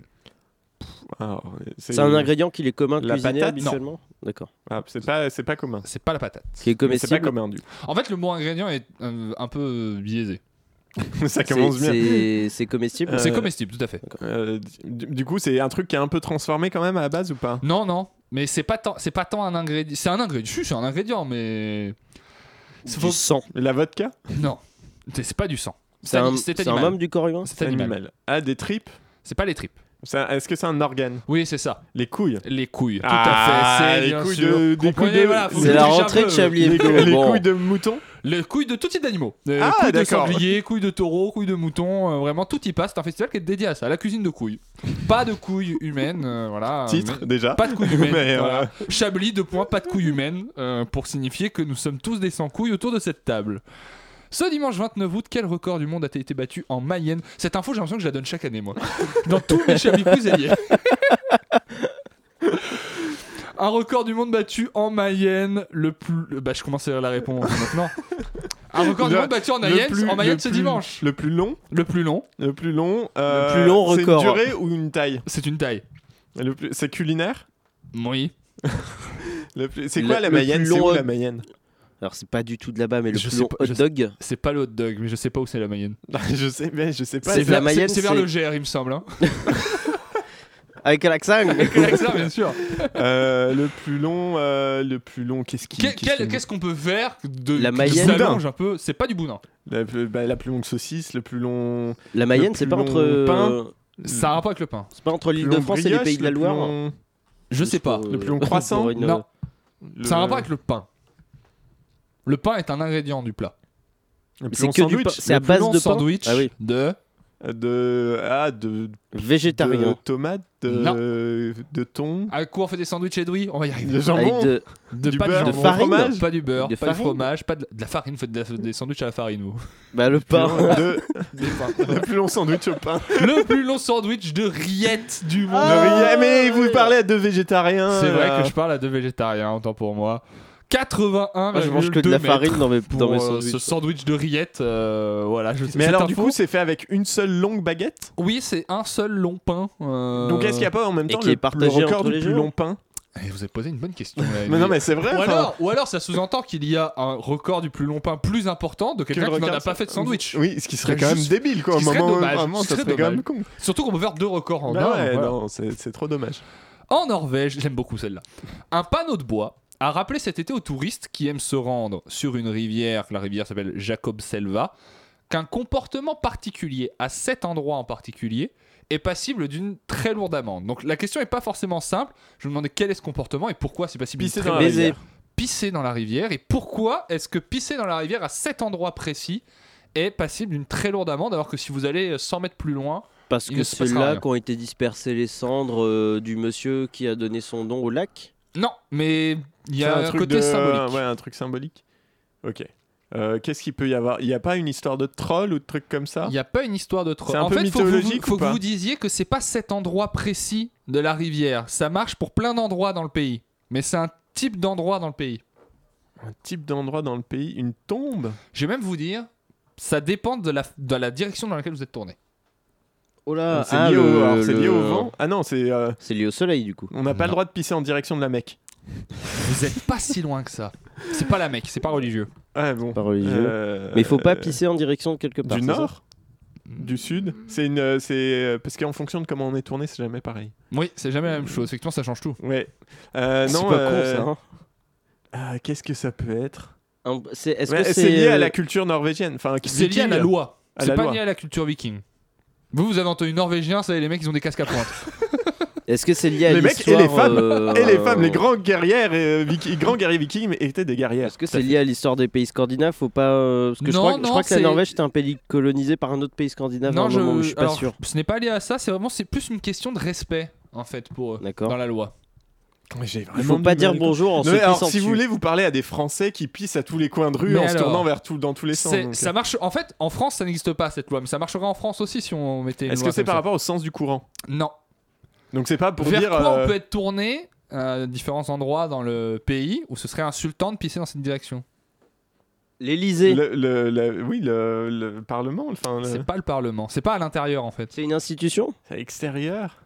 S1: Alors,
S3: C'est un ingrédient qui est commun
S1: La
S3: cuisiner
S1: patate
S3: habituellement D'accord.
S1: Ah, c'est pas, c'est pas commun.
S2: C'est pas la patate.
S3: Qui est
S1: Mais c'est pas
S3: comestible
S1: commun du coup.
S2: En fait, le mot ingrédient est euh, un peu euh, biaisé.
S1: Ça
S3: C'est-
S1: commence bien.
S3: C'est c'est comestible
S1: Euh,
S2: C'est comestible, tout à fait.
S1: Euh, du, du coup, c'est un truc qui est un peu transformé quand même à la base ou pas
S2: Non, non, mais c'est pas tant, c'est pas tant un ingrédient. C'est un ingrédient. Si, c'est un ingrédient, mais
S3: Du
S2: faut-
S3: sang.
S1: La vodka
S2: non, c'est c'est pas du sang.
S3: C'est un,
S2: c'est
S3: c'est un
S2: animal.
S3: membre du corps humain
S2: C'est animal.
S1: Ah, des tripes
S2: C'est pas les tripes.
S1: Ça- Est-ce que c'est un organe
S2: Oui, c'est ça.
S1: Les couilles
S2: Les couilles. Tout
S1: Ah,
S2: à fait. C'est
S1: les
S2: bien
S1: couilles
S2: sûr.
S1: de- des
S2: Comprenez,
S1: couilles de-
S2: voilà, faut
S1: C'est
S2: que je
S1: la
S2: triche un
S3: rentrée de
S2: peu.
S3: Chablis.
S1: Les,
S3: Les couilles,
S1: les
S3: bon.
S1: couilles de mouton
S2: Les couilles de tout type d'animaux. Euh,
S1: Ah,
S2: couilles de
S1: d'accord.
S2: sanglier, couilles de taureau, couilles de mouton. euh, vraiment, tout y passe. C'est un festival qui est dédié à ça, à la cuisine de couilles. Pas de couilles humaines. euh, voilà.
S1: Titre
S2: Mais-
S1: déjà
S2: Pas de couilles humaines.
S1: Mais, euh,
S2: voilà. Chablis, deux points, pas de couilles humaines. euh, pour signifier que nous sommes tous des sans-couilles autour de cette table. Ce dimanche 29 août, quel record du monde a été battu en Mayenne Cette info, j'ai l'impression que je la donne chaque année, moi. Dans tous mes Chablis cousiniers. Un record du monde battu en Mayenne, le plus. Bah, je commence à lire la réponse maintenant. Un record du
S1: Le-
S2: monde battu en
S1: le
S2: Mayenne,
S1: plus-
S2: en Mayenne
S1: le
S2: ce
S1: plus-
S2: dimanche.
S1: Le plus long
S2: Le plus long,
S1: Le plus long euh,
S3: Le plus long record.
S1: C'est une durée ou une taille
S2: c'est une taille.
S1: Le plus- C'est culinaire
S2: Oui.
S1: Le plus- C'est
S3: Le-
S1: quoi la
S3: le
S1: Mayenne
S3: plus
S1: C'est
S3: long-
S1: où la Mayenne
S3: Alors c'est pas du tout de là-bas, mais le
S2: Je
S3: plus
S2: sais
S3: long
S2: pas,
S3: hot
S2: je sais-
S3: dog.
S2: C'est pas le hot dog, mais je sais pas où c'est la Mayenne.
S1: Je sais, mais je sais pas.
S3: Ah, C'est
S1: C'est-
S3: la Mayenne,
S2: C'est vers
S3: c'est-
S2: le GR, il me semble. Hein.
S3: Avec l'accent
S2: Que l'accent, bien sûr.
S1: euh, le plus long, euh, le plus long. Qu'est-ce qui
S2: Quel-
S1: qu'est-ce
S2: quel-
S1: qui-
S2: Qu'est-ce qu'on peut faire de
S3: La
S2: qui
S3: Mayenne.
S2: s'allonge un peu C'est pas du boudin.
S1: La, plus- bah, la plus longue saucisse, le plus long.
S3: La Mayenne, c'est
S1: plus
S3: pas
S1: long
S3: entre euh,
S1: pain.
S2: Ça a un rapport avec le pain.
S3: c'est pas entre
S1: le plus
S3: l'île de
S1: long
S3: France et les
S1: brioche,
S3: pays de la
S1: le plus
S3: Loire. hein. euh,
S1: long-
S2: Je sais pas.
S1: Le plus long croissant
S3: Pour euh, une-
S2: Non,
S1: le-
S2: ça a un rapport avec le pain. Le pain est un ingrédient du plat.
S1: Le plus
S3: c'est
S1: long
S3: que du
S1: sandwich
S3: pain. C'est à
S2: Le plus
S3: base
S2: long
S3: de pain
S2: sandwich
S3: Ah oui.
S2: de
S1: de ah de
S3: euh, Végétarien.
S1: de tomates, de, de thon,
S2: à Ah, quoi on fait des sandwichs Edoui On va y arriver.
S1: de jambon.
S3: Ah, Avec de-
S2: De
S1: Du
S2: pas
S1: beurre,
S2: du
S3: de
S2: jambon,
S3: farine.
S2: fromage, pas du beurre,
S3: De
S2: pas du
S3: farine.
S2: fromage, pas de, de la farine. Faites de- des sandwichs à la farine ou
S3: Bah, le
S1: Plus long-
S3: pain.
S1: de-
S2: des pains.
S1: le plus long sandwich au pain.
S2: Le plus long sandwich de rillettes du monde.
S3: Ah.
S1: Le riz- Ah, mais vous parlez à deux végétariens. euh.
S2: C'est vrai
S1: là.
S2: que je parle à deux végétariens, autant pour moi. 81
S3: Moi, Ah, je mange que de la
S2: mètres
S3: farine dans mes,
S2: pour
S3: dans mes
S2: euh,
S3: sandwichs.
S2: ce sandwich de rillettes. euh, voilà, je
S1: Mais
S2: cette
S1: alors du
S2: info-
S1: coup, c'est fait avec une seule longue baguette.
S2: Oui, c'est un seul long pain. euh,
S1: Donc est-ce qu'il n'y a pas en même
S3: Et
S1: temps
S3: qui
S1: le,
S3: est partagé
S1: le record
S3: entre
S1: du
S3: les hein.
S1: plus
S3: gens.
S1: long pain
S2: Eh, Vous avez posé une bonne question. là,
S1: Mais non, mais c'est vrai.
S2: Ou
S1: enfin,
S2: alors, ou alors ça sous-entend qu'il y a un record du plus long pain plus important de
S1: que
S2: quelqu'un
S1: le
S2: qui n'en
S1: record-
S2: a pas fait de sandwich.
S1: Oui, ce qui serait
S2: C'est
S1: quand même
S2: juste-
S1: débile quoi.
S2: ce
S1: Au
S2: qui serait
S1: moment où
S2: dommage,
S1: vraiment,
S2: ce qui
S1: ça
S2: serait
S1: serait quand même con.
S2: Surtout qu'on peut faire deux records en
S1: Bah
S2: un.
S1: ouais,
S2: voilà.
S1: non, c'est c'est trop dommage.
S2: En Norvège, j'aime beaucoup celle-là. Un panneau de bois a rappelé cet été aux touristes qui aiment se rendre sur une rivière, la rivière s'appelle Jakobselva, qu'un comportement particulier à cet endroit en particulier est passible d'une très lourde amende. Donc la question n'est pas forcément simple. Je me demandais quel est ce comportement et pourquoi c'est passible d'une
S1: Pisser
S2: très
S1: dans la
S2: lourde-
S3: Baiser.
S1: rivière.
S2: pisser dans la rivière et pourquoi est-ce que pisser dans la rivière à cet endroit précis est passible d'une très lourde amende alors que si vous allez 100 mètres plus loin,
S3: Parce
S2: Il
S3: que
S2: ne se
S3: c'est
S2: passera
S3: là
S2: rien.
S3: qu'ont été dispersées les cendres euh, du monsieur qui a donné son nom au lac.
S2: non, mais il y
S1: C'est
S2: a un, côté
S1: de-
S2: symbolique.
S1: Ouais, un truc symbolique. Ok. Euh, Qu'est-ce qu'il peut y avoir Il n'y a pas une histoire de troll ou de truc comme ça
S2: Il n'y a pas une histoire de troll.
S1: C'est un
S2: En
S1: peu
S2: fait, faut que vous-
S1: mythologique
S2: faut
S1: ou
S2: que
S1: pas
S2: vous disiez que c'est pas cet endroit précis de la rivière. Ça marche pour plein d'endroits dans le pays, mais c'est un type d'endroit dans le pays.
S1: Un type d'endroit dans le pays, une tombe
S2: Je vais même vous dire, ça dépend de la, de la direction dans laquelle vous êtes tourné.
S3: Oh là,
S1: C'est
S3: ah,
S1: lié,
S3: le-
S1: au, alors, c'est lié
S3: le-
S1: au vent Ah non, c'est. euh,
S3: C'est lié au soleil du coup.
S1: on n'a pas
S2: Non.
S1: le droit de pisser en direction de la Mecque.
S2: Vous êtes pas si loin que ça. C'est pas la Mecque, c'est pas religieux.
S1: Ah bon.
S3: Pas religieux.
S1: Euh,
S3: Mais il faut pas
S1: euh,
S3: pisser en direction de quelque part.
S1: Du
S3: c'est ça
S1: nord Du sud C'est une. euh, c'est euh, parce qu'en fonction de comment on est tourné, c'est jamais pareil.
S2: Oui, c'est jamais la même chose. Effectivement, ça change tout.
S1: Ouais. Euh,
S3: C'est
S1: non,
S3: pas
S1: euh,
S3: con ça. hein.
S1: ah, Qu'est-ce que ça peut être
S3: Un- c'est- Est-ce
S1: Ouais,
S3: que
S1: C'est lié à la
S3: euh,
S1: culture norvégienne. Enfin,
S2: C'est lié à la
S1: viking.
S2: loi.
S1: À
S2: C'est
S1: la
S2: pas
S1: loi.
S2: lié à la culture viking. Vous, vous avez entendu norvégien, ça, les mecs, ils ont des casques à pointe.
S3: Est-ce que c'est lié à
S1: Les mecs et les
S3: l'histoire,
S1: femmes.
S3: euh,
S1: Et les femmes, les grands guerrières, et, euh, viki- grands guerriers vikings étaient des guerrières.
S3: Est-ce que c'est lié à l'histoire des pays scandinaves Faut pas. euh, Parce que je
S2: Non,
S3: crois, que-
S2: non,
S3: je crois que la
S2: c'est-
S3: Norvège c'était un pays colonisé par un autre pays scandinave. à un moment, mais je suis pas
S2: alors,
S3: sûr.
S2: Ce n'est pas lié à ça. C'est vraiment, c'est plus une question de respect en fait pour eux
S3: D'accord.
S2: dans la loi.
S3: Il faut pas dire bonjour en
S1: Non,
S3: se
S1: mais alors,
S3: pissant
S1: si vous
S3: dessus.
S1: voulez, vous parlez à des Français qui pissent à tous les coins de rue
S2: Mais
S1: en se
S2: alors,
S1: tournant vers tout, dans tous les sens.
S2: C'est-
S1: donc, euh.
S2: Ça marche. En fait, en France, ça n'existe pas cette loi, mais ça marcherait en France aussi si on mettait. une
S1: Est-ce
S2: loi
S1: que c'est
S2: comme
S1: par
S2: ça.
S1: rapport au sens du courant
S2: Non.
S1: Donc c'est pas pour
S2: Vers
S1: dire.
S2: quoi
S1: euh,
S2: on peut être tourné à différents endroits dans le pays où ce serait insultant de pisser dans cette direction.
S3: L'Elysée,
S1: le, le- le- oui, le, le Parlement, enfin, le-
S2: C'est pas le Parlement. C'est pas à l'intérieur en fait.
S3: c'est une institution
S1: c'est à l'extérieur.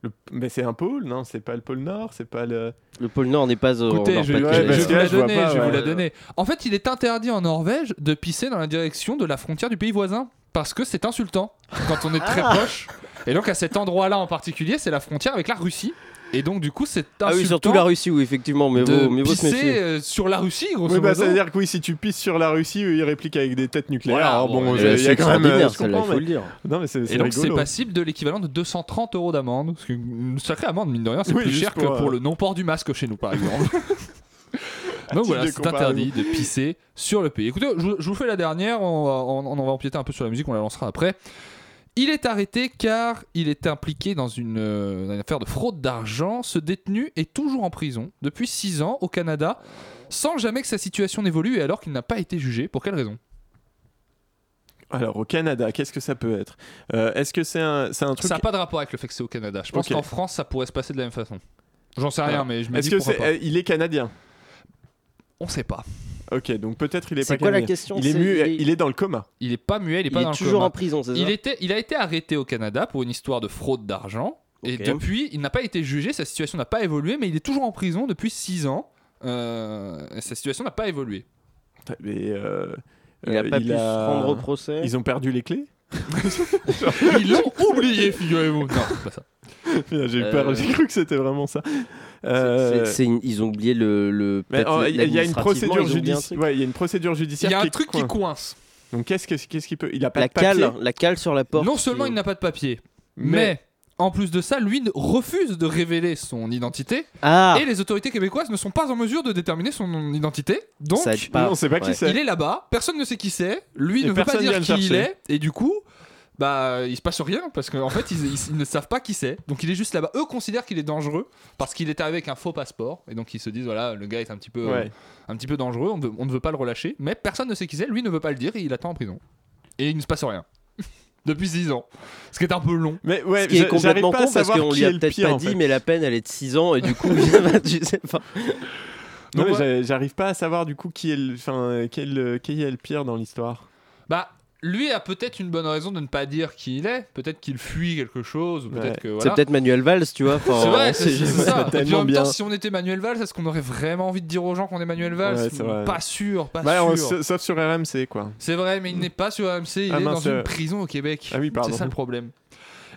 S1: Le- Mais c'est un pôle, non C'est pas le pôle Nord, c'est pas le.
S3: Le pôle Nord n'est pas. euh, en
S2: Écoutez, je, je-
S1: ouais,
S2: je
S1: parce
S2: vous
S1: que
S3: Nord-Pas-de-Calais.
S1: là,
S2: la
S1: je vois
S2: donnais,
S1: pas,
S2: je vais vous
S1: ouais.
S2: la donner. En fait, il est interdit en Norvège de pisser dans la direction de la frontière du pays voisin parce que c'est insultant quand on est très
S1: Ah.
S2: proche. Et donc à cet endroit-là en particulier, c'est la frontière avec la Russie. Et donc du coup, c'est insultant
S3: Ah oui, surtout la Russie, oui, effectivement. Mais
S2: de
S3: vous, mais vous se
S2: pisser
S3: méfiez.
S2: euh, sur la Russie, grosso
S1: Oui, bah,
S2: modo.
S1: ça veut dire que oui, si tu pisses sur la Russie, eux, ils répliquent avec des têtes nucléaires.
S2: Voilà,
S1: Alors,
S2: bon,
S1: bon,
S2: mais
S1: il y a quand même. euh,
S3: extraordinaire,
S1: je
S3: celle-là, il
S1: comprends,
S3: faut le dire.
S1: mais- Non, mais c'est
S2: Et
S1: c'est
S2: donc c'est
S1: rigolo.
S2: passible de l'équivalent de 230 euros d'amende. Parce qu'une sacrée amende, mine de rien, c'est
S1: Oui,
S2: plus
S1: juste
S2: cher que
S1: pour, euh,
S2: pour le non-port du masque chez nous, par exemple.
S1: titre
S2: Donc voilà,
S1: de
S2: c'est interdit de pisser sur le pays. Écoutez, je, vous- je vous fais la dernière, on, va- on- on en va empiéter un peu sur la musique, on la lancera après. Il est arrêté car il était impliqué dans une, euh, dans une affaire de fraude d'argent. Ce détenu est toujours en prison depuis 6 ans au Canada, sans jamais que sa situation n'évolue et alors qu'il n'a pas été jugé. Pour quelle raison
S1: Alors, au Canada, qu'est-ce que ça peut être Euh, Est-ce que c'est un, c'est un truc.
S2: Ça n'a pas de rapport avec le fait que c'est au Canada. Je pense
S1: Ok.
S2: qu'en France, ça pourrait se passer de la même façon. J'en sais
S1: Ah.
S2: rien, mais je me
S1: Est-ce
S2: dis
S1: que
S2: pourquoi
S1: c'est,
S2: pas.
S1: euh, il est canadien
S2: On sait pas.
S1: Ok, donc peut-être il est,
S3: C'est
S1: pas
S3: quoi la
S1: canadien.
S3: question
S1: Il est,
S3: C'est-
S1: mu-
S3: il-
S1: il est dans le coma.
S2: Il est pas muet, il est
S3: Il
S2: pas dans
S3: est
S2: le
S3: toujours
S2: coma.
S3: en prison, hein. c'est ça
S2: il, était, il a été arrêté au Canada pour une histoire de fraude d'argent. Et
S3: Ok.
S2: depuis, il n'a pas été jugé, sa situation n'a pas évolué, mais il est toujours en prison depuis 6 ans. Euh, et sa situation n'a pas évolué.
S1: Mais, euh,
S3: Il a
S1: euh,
S3: pas pu se
S1: a-
S3: rendre au procès.
S1: Ils ont perdu les clés
S2: Ils l'ont oublié, figurez-vous. Non, c'est pas ça.
S1: Putain, J'ai eu
S3: Euh.
S1: peur, j'ai cru que c'était vraiment ça.
S3: C'est-
S1: Euh,
S3: c'est- c'est une- Ils ont oublié le. le-
S1: mais,
S3: peut-être
S1: oh, Il y a- il y a une
S3: l'administrativement,
S1: procédure
S3: ils ont oublié un
S1: judiciaire.
S3: truc.
S1: Ouais, il y a une procédure
S2: Il
S1: judiciaire.
S2: y a un
S1: qui
S2: truc qui
S1: coin.
S2: coince.
S1: Donc qu'est-ce que- qu'est-ce qu'il peut Il a pas
S3: La
S1: de papier,
S3: cale, la cale sur la porte.
S2: Non seulement il n'a pas de papier, mais, En plus de ça, lui refuse de révéler son identité
S3: Ah
S2: et les autorités québécoises ne sont pas en mesure de déterminer son identité. Donc,
S3: Ça aide
S1: Non,
S3: pas.
S1: on sait pas qui
S3: Ouais.
S1: c'est.
S2: il est là-bas, personne ne sait qui c'est, lui
S1: Et
S2: ne veut pas
S1: personne vient
S2: dire
S1: le
S2: qui il
S1: chercher.
S2: est, et du coup, bah, il se passe rien parce qu'en fait, ils, ils- ils ne savent pas qui c'est. Donc, il est juste là-bas. Eux considèrent qu'il est dangereux parce qu'il est arrivé avec un faux passeport, et donc ils se disent voilà, le gars est un petit peu,
S1: Ouais.
S2: un petit peu dangereux, on, ne veut- on ne veut pas le relâcher, mais personne ne sait qui c'est, lui ne veut pas le dire, et il attend en prison. Et il ne se passe rien. Depuis 6 ans. Ce qui est un peu long.
S1: Mais ouais,
S3: ce qui est
S1: j'a- j'arrive
S3: complètement
S1: pas à
S3: con parce
S1: savoir
S3: qu'on
S1: qui
S3: lui a
S1: est le
S3: peut-être
S1: pire,
S3: pas
S1: en
S3: dit,
S1: fait.
S3: mais la peine elle est de 6 ans et du coup, tu sais pas.
S1: Non,
S2: Donc,
S1: mais
S2: ouais.
S1: j'a- j'arrive pas à savoir du coup qui est le, enfin, euh, qui est le, qui est le pire dans l'histoire.
S2: Bah. Lui a peut-être une bonne raison de ne pas dire qui il est. Peut-être qu'il fuit quelque chose. ou Peut-être
S1: Ouais. Oh,
S2: que
S3: C'est
S2: voilà.
S3: peut-être Manuel Valls, tu vois. enfin,
S2: C'est vrai,
S3: on
S2: c'est
S3: sait
S2: c'est
S3: jamais.
S2: ça. Et puis en
S1: tellement
S2: même temps,
S1: bien.
S2: si on était Manuel Valls, est-ce qu'on aurait vraiment envie de dire aux gens qu'on est Manuel Valls
S1: Ouais, c'est vrai.
S2: Pas sûr, pas
S1: Bah, on-
S2: sûr.
S1: sa- sauf sur RMC quoi.
S2: C'est vrai, mais il n'est pas sur AMC, il
S1: Ah,
S2: est
S1: mince,
S2: dans une
S1: euh.
S2: prison au Québec.
S1: Ah oui, pardon.
S2: C'est ça le problème.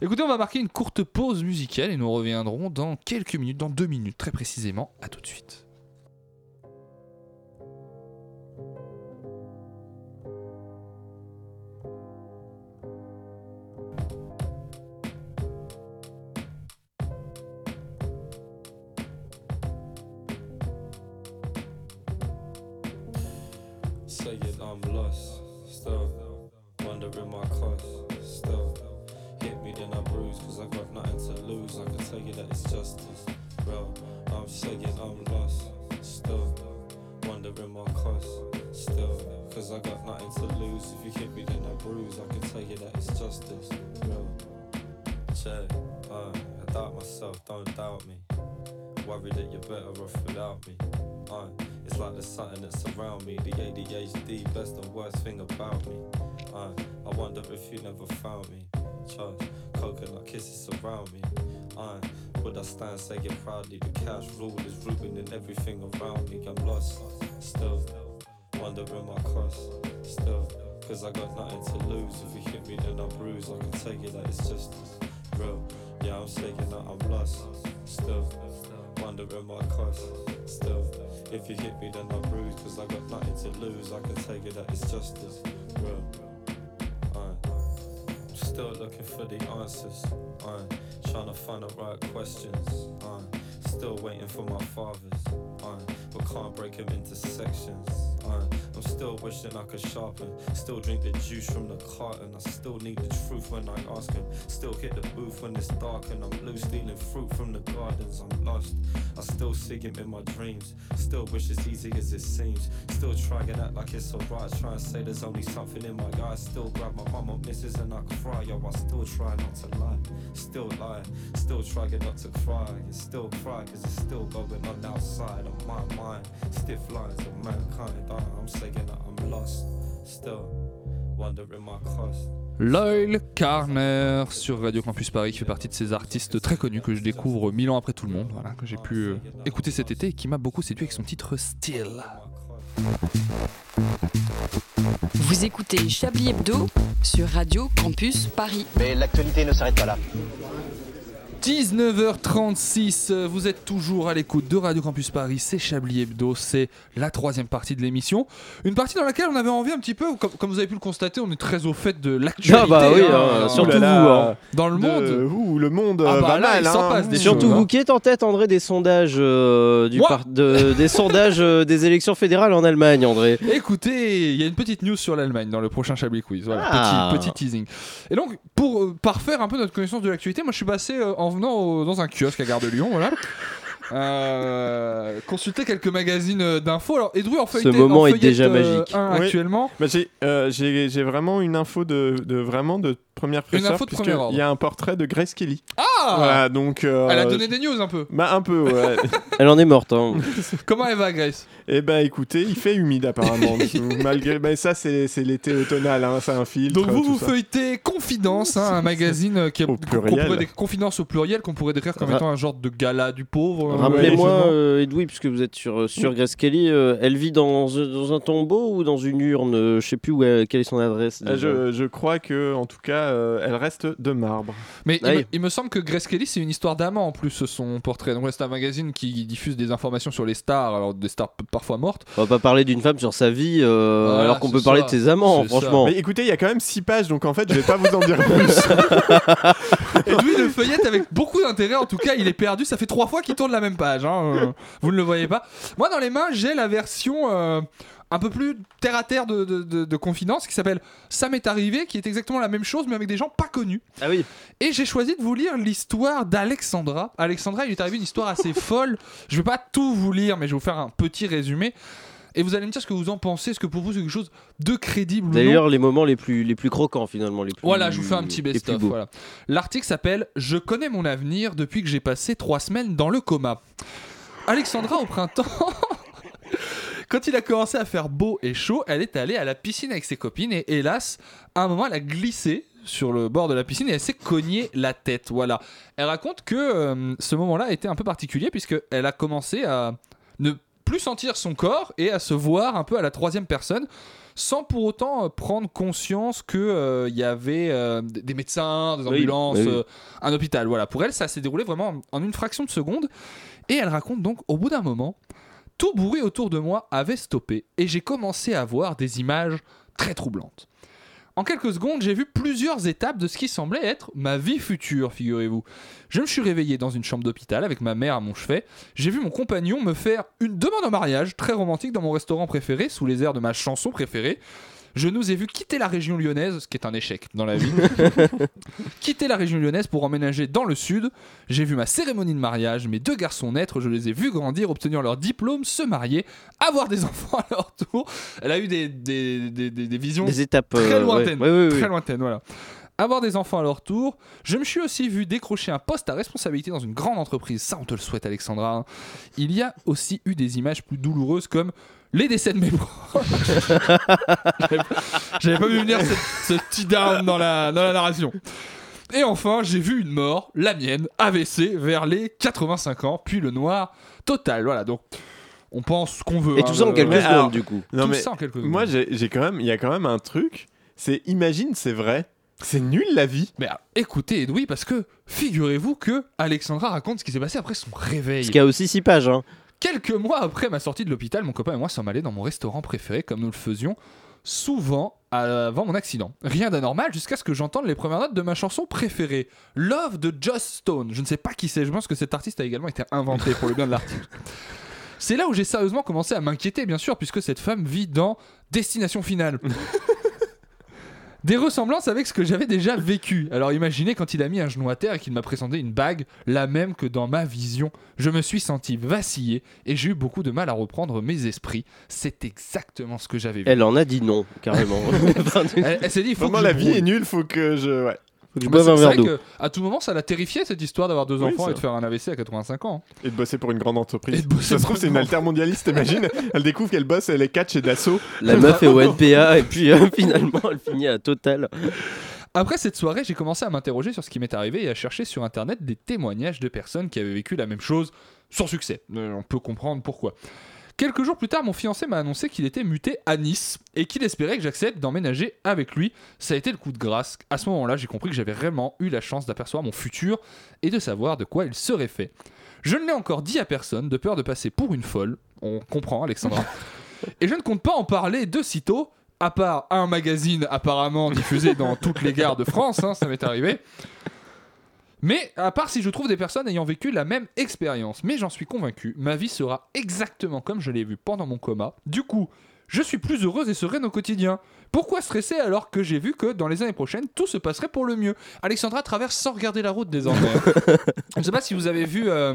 S2: Écoutez, on va marquer une courte pause musicale et nous reviendrons dans quelques minutes, dans deux minutes très précisément. À tout de suite.
S11: Say it, I'm lost. Still wondering my cost. Still hit me, then I bruise. Cause I got nothing to lose. I can tell you that it's justice. Bro, I'm saying I'm lost. Still wondering my cost. Still, cause I got nothing to lose. If you hit me, then I bruise. I can tell you that it's justice. Bro, check. Uh, I doubt myself, don't doubt me. Worry that you're better off without me. Uh, it's like the something that surround me. The ADHD, best and worst thing about me. Uh, I wonder if you never found me. Trust, coconut kisses surround me. Uh, would I stand, say it proudly? The cash rule is ruining everything around me. I'm lost, still wondering my cost, still. Cause I got nothing to lose. If you hit me, then I bruise. I can tell you that it's just real. Yeah, I'm saying that I'm lost, still wondering my cost, still. If you hit me, then I bruise, cause I got nothing to lose. I can take it that it's justice, real. Uh, still looking for the answers, uh, trying to find the right questions, uh, still waiting for my fathers, uh, but can't break them into sections. Uh, I'm still wishing I could sharpen, still drink the juice from the carton. I still need the truth when I ask him, still hit the booth when it's dark and I'm loose, stealing fruit from the gardens. I'm lost, I still see him in my dreams, still wish it's easy as it seems, still trying to act like it's alright, try and say there's only something in my eyes, still grab my mama, misses and I cry, yo, I still try not to lie, still lie, still trying not to cry, and still cry, cause it's still going on outside of my mind, stiff lines of mankind, uh, I'm saying that I'm lost, still wondering my cost.
S2: Loyal Carner sur Radio Campus Paris qui fait partie de ces artistes très connus que je découvre mille ans après tout le monde, voilà, que j'ai pu euh, écouter cet été et qui m'a beaucoup séduit avec son titre Still.
S7: Vous écoutez Chablis Hebdo sur Radio Campus Paris.
S5: Mais l'actualité ne s'arrête pas là.
S2: 19h36, euh, vous êtes toujours à l'écoute de Radio Campus Paris, c'est Chablis Hebdo, c'est la troisième partie de l'émission. Une partie dans laquelle on avait envie un petit peu, comme, comme vous avez pu le constater, on est très au fait de l'actualité.
S3: Ah bah oui,
S2: hein,
S3: hein,
S2: euh,
S3: surtout
S1: Ouh là
S3: vous,
S1: là,
S3: hein.
S2: Dans le
S1: de-
S2: monde.
S1: ouh, le monde
S2: Ah
S1: euh,
S2: bah
S1: va
S2: là, il
S1: mal.
S2: s'en
S1: hein.
S2: passe des
S3: Surtout
S2: choses, hein.
S3: vous qui êtes en tête, André, des sondages, euh, du
S2: Moi
S3: par- de- des, sondages euh, des élections fédérales en Allemagne, André.
S2: Écoutez, il y a une petite news sur l'Allemagne dans le prochain Chablis Quiz. Voilà,
S3: Ah.
S2: petit, petit teasing. Et donc, pour euh, parfaire un peu notre connaissance de l'actualité, moi je suis passé euh, en venant au- dans un kiosque à Gare de Lyon, voilà. Euh, consulter quelques magazines euh, d'infos. Alors, Edru en feuilletait- en
S3: moment est
S2: feuillette,
S3: déjà
S2: euh,
S3: magique.
S2: un
S1: Oui.
S2: actuellement.
S1: Bah, j'ai, euh, j'ai, j'ai vraiment une info de, de vraiment de première fraîcheur
S2: info de
S1: puisque
S2: premier ordre.
S1: il y a un portrait de Grace Kelly.
S2: Ah
S1: Voilà, donc euh,
S2: Elle a donné des news un peu.
S1: bah un peu ouais.
S3: Elle en est morte, hein.
S2: Comment elle va, Grace
S1: Eh ben écoutez, il fait humide apparemment. Malgré, ben ça c'est, c'est l'été automnal, hein, ça infiltre.
S2: Donc vous
S1: tout
S2: vous
S1: ça.
S2: feuilletez Confidence, hein, un magazine euh, qui
S1: Au
S2: qu'on
S1: pluriel.
S2: pourrait dé- Confidence au pluriel qu'on pourrait décrire comme
S3: Ra-
S2: étant un genre de gala du pauvre. euh,
S3: Rappelez-moi, euh, Edoui, puisque vous êtes sur, euh, sur Grace Kelly, euh, elle vit dans, dans un tombeau ou dans une urne euh, Je sais plus où elle- euh, quelle est son adresse.
S1: Ah,
S3: déjà.
S1: Je, je crois que en tout cas euh, elle reste de marbre.
S2: Mais il
S3: Oui.
S2: me, il me semble que Grace Kelly, c'est une histoire d'amant en plus, son portrait. Donc, ouais, c'est un magazine qui diffuse des informations sur les stars, alors des stars p- parfois mortes.
S3: On va pas parler d'une femme sur sa vie euh,
S2: Voilà,
S3: alors qu'on
S2: c'est
S3: peut parler
S2: ça.
S3: de ses amants,
S2: C'est ça.
S3: franchement.
S1: Mais écoutez, il y a quand même 6 pages, donc en fait, je vais pas vous en dire plus.
S2: Et lui, le feuillette avec beaucoup d'intérêt, en tout cas, il est perdu. Ça fait trois fois qu'il tourne la même page. hein, euh, Vous ne le voyez pas. Moi, dans les mains, j'ai la version. euh, Un peu plus terre à terre de, de- de- de confidence qui s'appelle Ça m'est arrivé, qui est exactement la même chose mais avec des gens pas connus.
S3: Ah oui.
S2: Et j'ai choisi de vous lire l'histoire d'Alexandra. Alexandra, il lui est arrivé une histoire assez folle. Je vais pas tout vous lire, mais je vais vous faire un petit résumé. Et vous allez me dire ce que vous en pensez, est-ce que pour vous c'est quelque chose de crédible ou non
S3: D'ailleurs, les moments les plus, les plus croquants, finalement. Les plus,
S2: Voilà, je vous fais un petit
S3: les plus
S2: best-of.
S3: beaux.
S2: voilà. L'article s'appelle Je connais mon avenir depuis que j'ai passé trois semaines dans le coma. Alexandra, au printemps, quand il a commencé à faire beau et chaud, elle est allée à la piscine avec ses copines et hélas, à un moment, elle a glissé sur le bord de la piscine et elle s'est cognée la tête. Voilà. Elle raconte que euh, ce moment-là était un peu particulier puisqu'elle a commencé à ne plus sentir son corps et à se voir un peu à la troisième personne sans pour autant euh, prendre conscience que euh, il y avait euh, d- des médecins, des
S3: Oui,
S2: ambulances,
S3: oui.
S2: euh, un hôpital. Voilà, pour elle, ça s'est déroulé vraiment en en une fraction de seconde. Et elle raconte donc, au bout d'un moment, tout bruit autour de moi avait stoppé et j'ai commencé à voir des images très troublantes. En quelques secondes, j'ai vu plusieurs étapes de ce qui semblait être ma vie future, figurez-vous. Je me suis réveillé dans une chambre d'hôpital avec ma mère à mon chevet. J'ai vu mon compagnon me faire une demande en mariage très romantique dans mon restaurant préféré, sous les airs de ma chanson préférée. Je nous ai vu quitter la région lyonnaise, ce qui est un échec dans la vie. quitter la région lyonnaise pour emménager dans le sud. J'ai vu ma cérémonie de mariage, mes deux garçons naître, je les ai vus grandir, obtenir leur diplôme, se marier, avoir des enfants à leur tour. Elle a eu des, des- des- des- des visions
S3: Des étapes.
S2: très
S3: euh,
S2: lointaine.
S3: ouais. Ouais, ouais, ouais.
S2: Très lointaine, voilà. Avoir des enfants à leur tour. Je me suis aussi vu décrocher un poste à responsabilité dans une grande entreprise. Ça, on te le souhaite, Alexandra. hein. Il y a aussi eu des images plus douloureuses comme les décès de mes proches. J'avais- J'avais pas vu venir ce, ce petit down dans la, dans la narration. Et enfin, j'ai vu une mort, la mienne, AVC, vers les 85 ans, puis le noir total. Voilà, donc on pense qu'on veut.
S3: Et
S2: hein,
S3: tout ça en
S2: le-
S3: quelques
S1: mais
S3: secondes,
S1: alors-
S3: du coup.
S2: tout
S1: Non, mais
S2: ça euh. en quelques secondes.
S1: moi, j'ai j'ai quand même, il y a quand même un truc. C'est imagine, c'est vrai. C'est nul la vie.
S2: Mais alors, écoutez Edoui, parce que figurez-vous que Alexandra raconte ce qui s'est passé après son réveil.
S3: Parce qu'il y a aussi 6 pages. Hein.
S2: Quelques mois après ma sortie de l'hôpital, mon copain et moi sommes allés dans mon restaurant préféré, comme nous le faisions souvent avant mon accident. Rien d'anormal jusqu'à ce que j'entende les premières notes de ma chanson préférée, Love de Joss Stone. Je ne sais pas qui c'est, je pense que cet artiste a également été inventé pour le bien de l'article. C'est là où j'ai sérieusement commencé à m'inquiéter, bien sûr, puisque cette femme vit dans Destination Finale. Des ressemblances avec ce que j'avais déjà vécu. Alors imaginez quand il a mis un genou à terre et qu'il m'a présenté une bague, la même que dans ma vision. Je me suis senti vaciller et j'ai eu beaucoup de mal à reprendre mes esprits. C'est exactement ce que j'avais vu.
S3: Elle en a dit non, carrément. Enfin, tu-
S2: Elle, elle s'est dit, il faut
S1: Vraiment,
S2: que je
S1: la vie
S2: brouille.
S1: est nulle. Faut que je. Ouais.
S3: Faut que je
S2: Bah,
S3: boive
S2: c'est
S3: un
S2: c'est
S3: verre
S2: vrai
S3: d'eau.
S2: que, à tout moment, ça l'a terrifié cette histoire d'avoir deux
S1: Oui,
S2: enfants
S1: ça.
S2: et de faire un AVC à 85 ans.
S1: Et de bosser pour une grande
S2: Et
S1: entreprise.
S2: de bosser
S1: Ça se trouve,
S2: pour
S1: c'est
S2: une
S1: une
S2: grande-
S1: altermondialiste, t'imagines Elle découvre qu'elle bosse, elle est catch chez Dassault.
S3: La meuf est au NPA et puis euh, finalement elle finit à Total.
S2: Après cette soirée, j'ai commencé à m'interroger sur ce qui m'est arrivé et à chercher sur internet des témoignages de personnes qui avaient vécu la même chose sans succès. Euh, on peut comprendre pourquoi. Quelques jours plus tard, mon fiancé m'a annoncé qu'il était muté à Nice et qu'il espérait que j'accepte d'emménager avec lui. Ça a été le coup de grâce. À ce moment-là, j'ai compris que j'avais vraiment eu la chance d'apercevoir mon futur et de savoir de quoi il serait fait. Je ne l'ai encore dit à personne, de peur de passer pour une folle. On comprend, Alexandra. et je ne compte pas en parler de sitôt, à part un magazine apparemment diffusé dans toutes les gares de France, hein, ça m'est arrivé. Mais à part si je trouve des personnes ayant vécu la même expérience, mais j'en suis convaincu, ma vie sera exactement comme je l'ai vue pendant mon coma. Du coup, je suis plus heureuse et sereine au quotidien. Pourquoi stresser alors que j'ai vu que dans les années prochaines, tout se passerait pour le mieux Alexandra traverse sans regarder la route désormais. je ne sais pas si vous avez vu euh,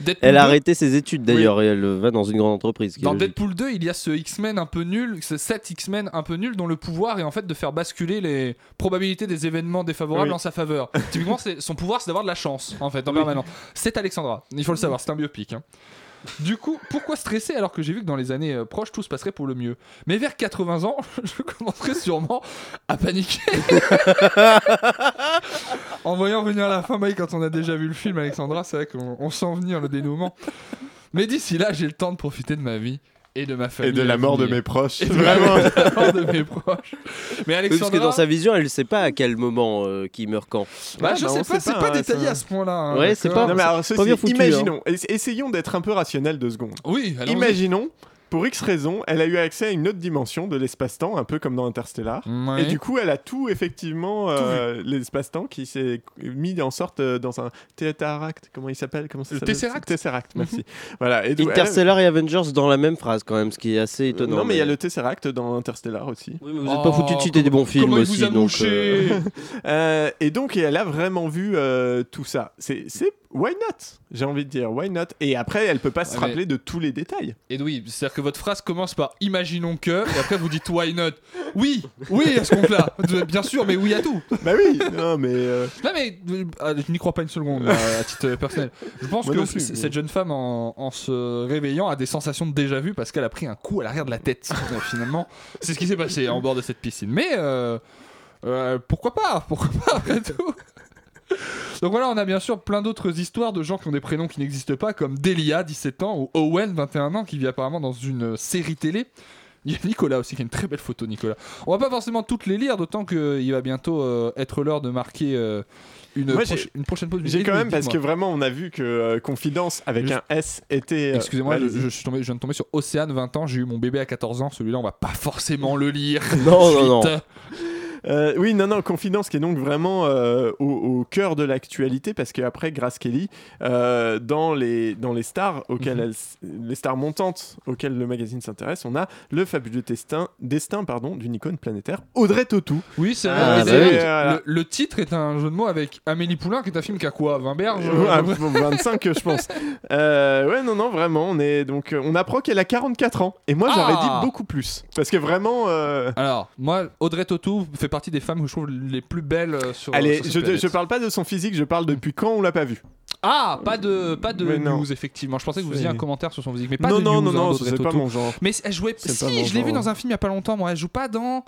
S2: Deadpool
S3: Elle a
S2: 2.
S3: arrêté ses études d'ailleurs et elle euh, va dans une grande entreprise. ce qui est
S2: Dans
S3: logique.
S2: Deadpool 2, il y a ce X-Men un peu nul, ce 7 X-Men un peu nul, dont le pouvoir est en fait de faire basculer les probabilités des événements défavorables
S1: Oui.
S2: en sa faveur. Typiquement, c'est- son pouvoir, c'est d'avoir de la chance, en fait, en permanence. C'est Alexandra, il faut le savoir, c'est un biopic. hein. Du coup, pourquoi stresser alors que j'ai vu que dans les années euh, proches, tout se passerait pour le mieux Mais vers 80 ans, je commencerai sûrement à paniquer. en voyant venir la fin, bah oui, quand on a déjà vu le film, Alexandra, c'est vrai qu'on on sent venir le dénouement. Mais d'ici là, j'ai le temps de profiter de ma vie et de ma famille.
S1: Et de la mort de
S2: infinie.
S1: mes proches.
S2: Et vraiment de la mort de mes proches. Mais
S3: Oui, parce
S2: Alexandra,
S3: que dans sa vision, elle ne sait pas à quel moment euh, qui meurt quand.
S2: bah,
S1: Ouais,
S2: je
S1: bah, on
S2: sais pas,
S1: sait
S2: c'est
S1: pas,
S2: pas,
S1: ouais,
S2: détaillé
S1: ça-
S2: à ce point-là.
S3: Ouais,
S2: euh,
S3: c'est
S2: quand
S3: pas-
S2: même.
S1: Non, mais alors, ceci,
S3: pas bien foutu,
S1: imaginons, ess- essayons d'être un peu rationnel deux secondes.
S2: Oui, alors.
S1: Imaginons, pour X raison, elle a eu accès à une autre dimension de l'espace-temps, un peu comme dans Interstellar. Et du coup, elle a tout, effectivement, euh, l'espace-temps qui s'est mis en sorte euh, dans un Tesseract. Comment il s'appelle Comment ça
S2: Le
S1: s'appelle
S2: Tesseract.
S1: Tesseract, merci. voilà. Et donc, elle-
S3: Interstellar et Avengers dans la même phrase, quand même, ce qui est
S2: Euh,
S3: assez étonnant.
S1: non, mais il y a le Tesseract dans Interstellar aussi.
S3: Oui, mais vous n'êtes pas foutu de citer des bons films
S2: Comment il
S3: aussi.
S2: vous a
S3: donc,
S2: mouché
S3: euh,
S1: Euh, et donc, et elle a vraiment vu euh, tout ça. C'est, c'est why not J'ai envie de dire why not. Et après, elle peut pas se
S2: Ouais, mais-
S1: rappeler de tous les détails.
S2: Et oui, c'est-à-dire que votre phrase commence par imaginons que, et après vous dites why not. Oui, oui à ce compte-là. Bien sûr, mais oui à tout.
S1: bah oui. Non, mais euh,
S2: Non mais euh, ah, je n'y crois pas une seconde là, à titre euh, personnel. Je pense
S1: Moi
S2: que
S1: non plus,
S2: c-
S1: mais-
S2: cette jeune femme en, en se réveillant a des sensations de déjà vu parce qu'elle a pris un coup à l'arrière de la tête. Euh, Finalement, c'est ce qui s'est passé en bord de cette piscine. Mais euh, euh, pourquoi pas Pourquoi pas après tout donc voilà, on a bien sûr plein d'autres histoires de gens qui ont des prénoms qui n'existent pas, comme Delia, 17 ans, ou Owen, 21 ans, qui vit apparemment dans une euh, série télé. Il y a Nicolas aussi qui a une très belle photo, Nicolas. On va pas forcément toutes les lire, d'autant qu'il va bientôt euh, être l'heure de marquer euh, une,
S1: Moi,
S2: proche- une prochaine pause.
S1: j'ai quand
S2: Dites-moi.
S1: même parce que vraiment, on a vu que euh, Confidence avec
S2: Juste-
S1: un S était. euh,
S2: Excusez-moi, je,
S1: validé.
S2: je suis tombé, je viens de tomber sur Océane, 20 ans, j'ai eu mon bébé à 14 ans, celui-là on va pas forcément le lire.
S3: Non, Oh, non,
S2: Suite.
S3: non.
S1: Euh, oui, non, non, Confidence qui est donc vraiment euh, au, au cœur de l'actualité parce qu'après, Grace Kelly, euh, dans, les, dans les stars
S2: Mhm.
S1: auxquelles elle s- les stars montantes auxquelles le magazine s'intéresse, on a le fabuleux destin, destin pardon, d'une icône planétaire, Audrey Tautou.
S2: Oui, c'est vrai.
S3: Ah,
S2: Et
S3: bah
S2: d'ailleurs,
S1: oui.
S2: le-
S1: Voilà.
S2: le, titre est un jeu de mots avec Amélie Poulain, qui est un film qui a quoi 20 berges euh,
S1: Ouais, à 25, je pense. Euh, ouais, non, non, vraiment, on est donc euh, on apprend qu'elle a 44 ans. Et moi, j'aurais
S2: Ah.
S1: dit beaucoup plus parce que vraiment. euh,
S2: Alors, moi, Audrey Tautou fait partie des femmes que je trouve les plus belles euh, sur.
S1: Allez,
S2: sur cette
S1: je,
S2: planète.
S1: je parle pas de son physique, je parle depuis quand on l'a pas vu.
S2: Ah, pas de, pas de
S1: Mais non.
S2: news, effectivement. Je pensais que vous
S1: C'est-
S2: faisiez un commentaire sur son physique, mais pas
S1: non,
S2: de
S1: non,
S2: news,
S1: non,
S2: hein,
S1: non,
S2: d'Audrey
S1: c'est pas
S2: Tautou.
S1: mon genre.
S2: Mais elle jouait.
S1: C'est
S2: si,
S1: pas mon
S2: je l'ai vu
S1: genre.
S2: dans un film il y a pas longtemps, moi. Elle joue pas dans.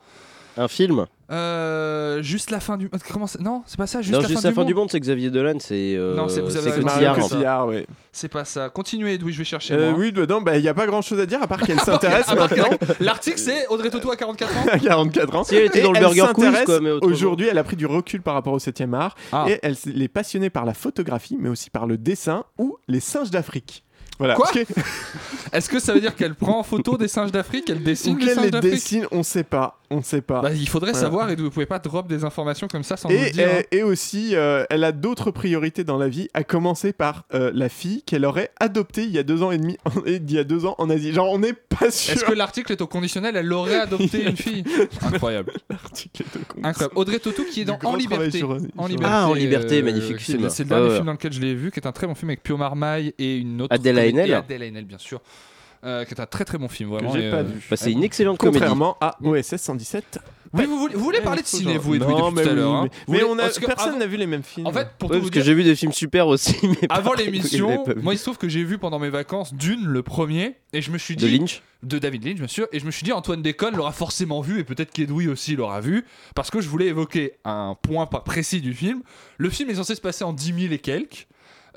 S3: Un film
S2: euh, juste la fin du. Comment ça- Non, c'est pas ça, juste,
S3: Non,
S2: la,
S3: juste
S2: fin
S3: la fin
S2: du
S3: du
S2: monde.
S3: monde, c'est Xavier Dolan, c'est. euh,
S2: Non, c'est- vous avez-
S3: c'est
S2: Mario
S1: Mario
S3: Cotillard.
S2: Cotillard.
S1: ouais.
S2: C'est pas ça. Continuez, Edoui, je vais chercher.
S1: Euh,
S2: moi. Ah,
S1: oui, Ah, dedans, il n'y a pas grand chose à dire à part qu'elle s'intéresse
S2: À part que-
S1: maintenant
S2: L'article, c'est Audrey Tautou à 44 ans.
S1: à 44 ans.
S3: Si elle était
S1: Et
S3: dans le
S1: elle
S3: Burger Quiz,
S1: s'intéresse-
S3: quoi, mais autrement.
S1: Aujourd'hui, elle a pris du recul par rapport au 7e art
S2: Ah.
S1: et elle, s- elle est passionnée par la photographie, mais aussi par le dessin ou les singes d'Afrique. Voilà.
S2: Quoi
S1: Parce que-
S2: Est-ce que ça veut dire qu'elle prend en photo des singes d'Afrique Elle
S1: Ou
S2: dessine des
S1: qu'elle
S2: singes
S1: les
S2: d'Afrique
S1: dessine, on sait pas, on sait pas.
S2: bah, Il faudrait
S1: Voilà.
S2: savoir et vous pouvez pas drop des informations comme ça sans nous le
S1: et,
S2: dire. hein.
S1: et- et aussi, euh, elle a d'autres priorités dans la vie, à commencer par euh, la fille qu'elle aurait adoptée il y a deux ans et demi, et d'il y a deux ans en Asie. Genre, on n'est pas
S2: Est-ce
S1: sûr.
S2: que l'article est au conditionnel Elle aurait adopté une fille Incroyable.
S1: l'article est au compte.
S2: Incroyable. Audrey Tautou qui est
S1: Du
S2: dans
S1: gros
S2: En Liberté.
S1: travail sur-
S2: En
S1: sur-
S2: Liberté.
S3: Ah, En Liberté,
S2: euh,
S3: magnifique
S2: c'est-
S3: film.
S2: C'est le dernier
S3: Ouais, ouais.
S2: film dans lequel je l'ai vu, qui est un très bon film avec Pio Marmaille et une autre.
S3: Adèle
S2: comédie-
S3: Haenel.
S2: et Adèle Haenel, bien sûr. Euh, qui est un très très bon film,
S1: que
S2: vraiment.
S1: j'ai
S2: et,
S1: pas
S2: euh,
S1: vu.
S3: Bah, c'est une excellente comédie.
S1: Contrairement à OSS 117.
S2: Oui, vous voulez, vous voulez parler de ciné, vous, Edoui,
S1: Non,
S2: depuis
S1: mais
S2: tout à
S1: oui,
S2: l'heure. hein.
S1: mais-
S2: Vous
S1: Mais
S2: voulez-
S1: on a-
S2: parce que
S1: personne
S2: avant-
S1: n'a vu les mêmes films.
S2: En fait, pour
S3: Ouais,
S2: tout vous
S3: parce
S2: dire,
S3: que j'ai vu des films super aussi. Mais
S2: Avant
S3: pareil, je l'ai
S2: l'émission,
S3: pas vu.
S2: moi il se trouve que j'ai vu pendant mes vacances Dune, le premier, et je me suis
S3: De
S2: dit.
S3: Lynch
S2: De David Lynch, bien sûr, et je me suis dit Antoine Déconne l'aura forcément vu, et peut-être qu'Edoui aussi l'aura vu, parce que je voulais évoquer un point pas précis du film. Le film est censé se passer en 10 000 et quelques.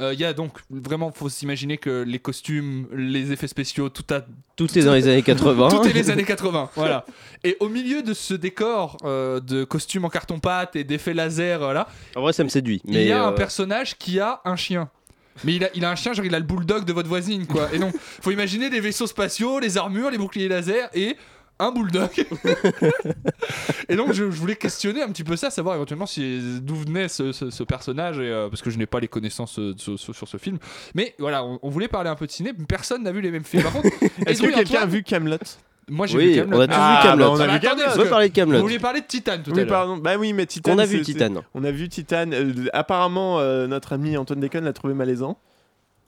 S2: Euh, Il y a donc vraiment, faut s'imaginer que les costumes, les effets spéciaux, tout a
S3: Tout est dans les années 80.
S2: tout est les années 80, voilà. Et au milieu de ce décor euh, de costumes en carton-pâte et d'effets laser, euh, voilà,
S3: En vrai, ça me séduit.
S2: il y
S3: mais,
S2: a un
S3: euh,
S2: personnage qui a un chien. Mais il a, il a un chien, genre il a le bulldog de votre voisine, quoi. Et non, faut imaginer des vaisseaux spatiaux, les armures, les boucliers laser et un bulldog. et donc je, je voulais questionner un petit peu ça, savoir éventuellement si, d'où venait ce, ce- ce personnage, et, euh, parce que je n'ai pas les connaissances euh, sur, sur- sur ce film. Mais voilà, on, on voulait parler un peu de ciné, mais personne n'a vu les mêmes films. Par contre,
S1: Est-ce
S2: Edoui,
S1: que quelqu'un a
S2: Antoine,
S1: vu Camelot
S2: Moi j'ai vu
S3: Oui,
S2: Kaamelott.
S3: on a tous
S1: Ah,
S3: vu Camelot.
S1: bah, on a
S2: Ah,
S1: vu
S2: attendez,
S1: Kaamelott.
S2: parce
S3: On veut
S2: que
S3: parler de
S2: Vous
S3: Camelot.
S2: voulez parler de Titan tout à
S1: Oui,
S2: l'heure.
S1: pardon. Bah oui, mais Titan.
S3: On a
S1: c'est-
S3: vu
S1: c'est-
S3: Titan.
S1: On a vu Titan. Euh, apparemment, euh, notre ami Antoine Déconne l'a trouvé malaisant.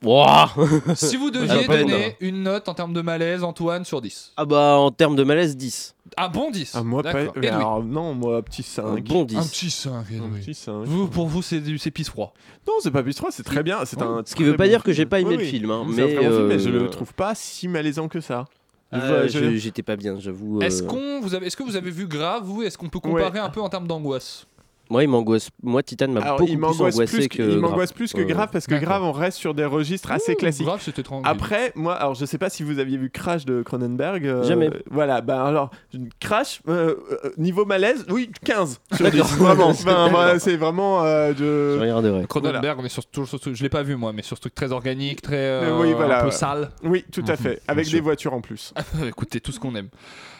S3: Wouah
S2: Si vous
S3: Ah,
S2: deviez
S3: pas bon,
S2: donner une note en termes de malaise, Antoine, sur 10.
S3: Ah bah en termes de malaise, 10.
S2: Ah bon 10
S1: Ah, moi, pas.
S2: D'accord.
S1: mais
S2: Edoui.
S1: alors, non, moi, petit 5.
S3: Un bon 10.
S2: Un petit 5,
S1: Un petit 5.
S2: Vous, pour vous, c'est du- c'est pisse froid.
S1: Non, c'est pas plus 3, c'est très bien. C'est
S2: Oh,
S1: un
S3: Ce qui veut
S1: très
S3: pas
S1: bon
S3: dire que j'ai pas aimé
S1: Oui,
S3: le
S1: oui.
S3: film. hein,
S1: C'est
S3: mais,
S1: un très bon film, mais je
S3: euh,
S1: le trouve pas si malaisant que ça. Je
S3: euh,
S1: vois- je-
S3: je- J'étais pas bien, j'avoue.
S2: Est-ce
S3: euh.
S2: qu'on vous avez est-ce que vous avez vu Grave vous est-ce qu'on peut comparer un peu en termes d'angoisse
S3: Moi, il m'angoisse. Moi, Titan m'a
S1: Alors,
S3: beaucoup
S1: il
S3: plus
S1: m'angoisse
S3: angoissé
S1: plus
S3: que.
S1: que, il
S3: Grave.
S1: m'angoisse plus que
S3: Euh,
S1: grave parce que
S2: D'accord.
S1: grave on reste sur des registres assez
S2: Ouh,
S1: classiques.
S2: Grave, c'était tranquille.
S1: Après, moi, alors je sais pas si vous aviez vu Crash de Cronenberg. euh,
S3: Jamais.
S1: Voilà, bah alors, Crash, euh, euh, niveau malaise, oui, 15 sur
S3: D'accord.
S1: 10, Vraiment,
S3: D'accord.
S1: Ben, moi, c'est vraiment euh,
S3: Je
S1: de.
S3: regarderai.
S2: Cronenberg, on est sur, toujours sur ce truc, je l'ai pas vu moi, mais sur ce truc très organique, très
S1: Euh,
S2: euh,
S1: oui, voilà,
S2: un peu
S1: ouais.
S2: sale.
S1: Oui, tout
S3: Mmh,
S1: à fait. Avec
S2: sûr.
S1: des voitures en plus.
S2: Écoutez, tout ce qu'on aime.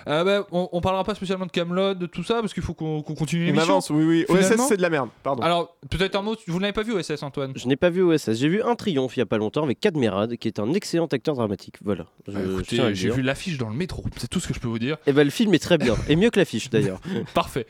S2: Euh, bah, on, on parlera pas spécialement de Camelot, de tout ça, parce qu'il faut qu'on qu'on continue
S1: On
S2: l'émission.
S1: avance, oui, oui. OSS,
S2: Finalement- Ah,
S1: c'est de la merde, pardon.
S2: Alors, peut-être un mot, vous ne l'avez pas vu OSS Antoine
S3: Je n'ai pas vu OSS. J'ai vu un triomphe il y a pas longtemps avec Cadmerad, qui est un excellent acteur dramatique. Voilà. Je-
S2: Bah,
S3: je
S2: écoutez,
S3: tiens à le
S2: j'ai
S3: dire.
S2: vu l'affiche dans le métro, c'est tout ce que je peux vous dire.
S3: Eh ben, le film est très bien. Et mieux que l'affiche d'ailleurs.
S2: Parfait.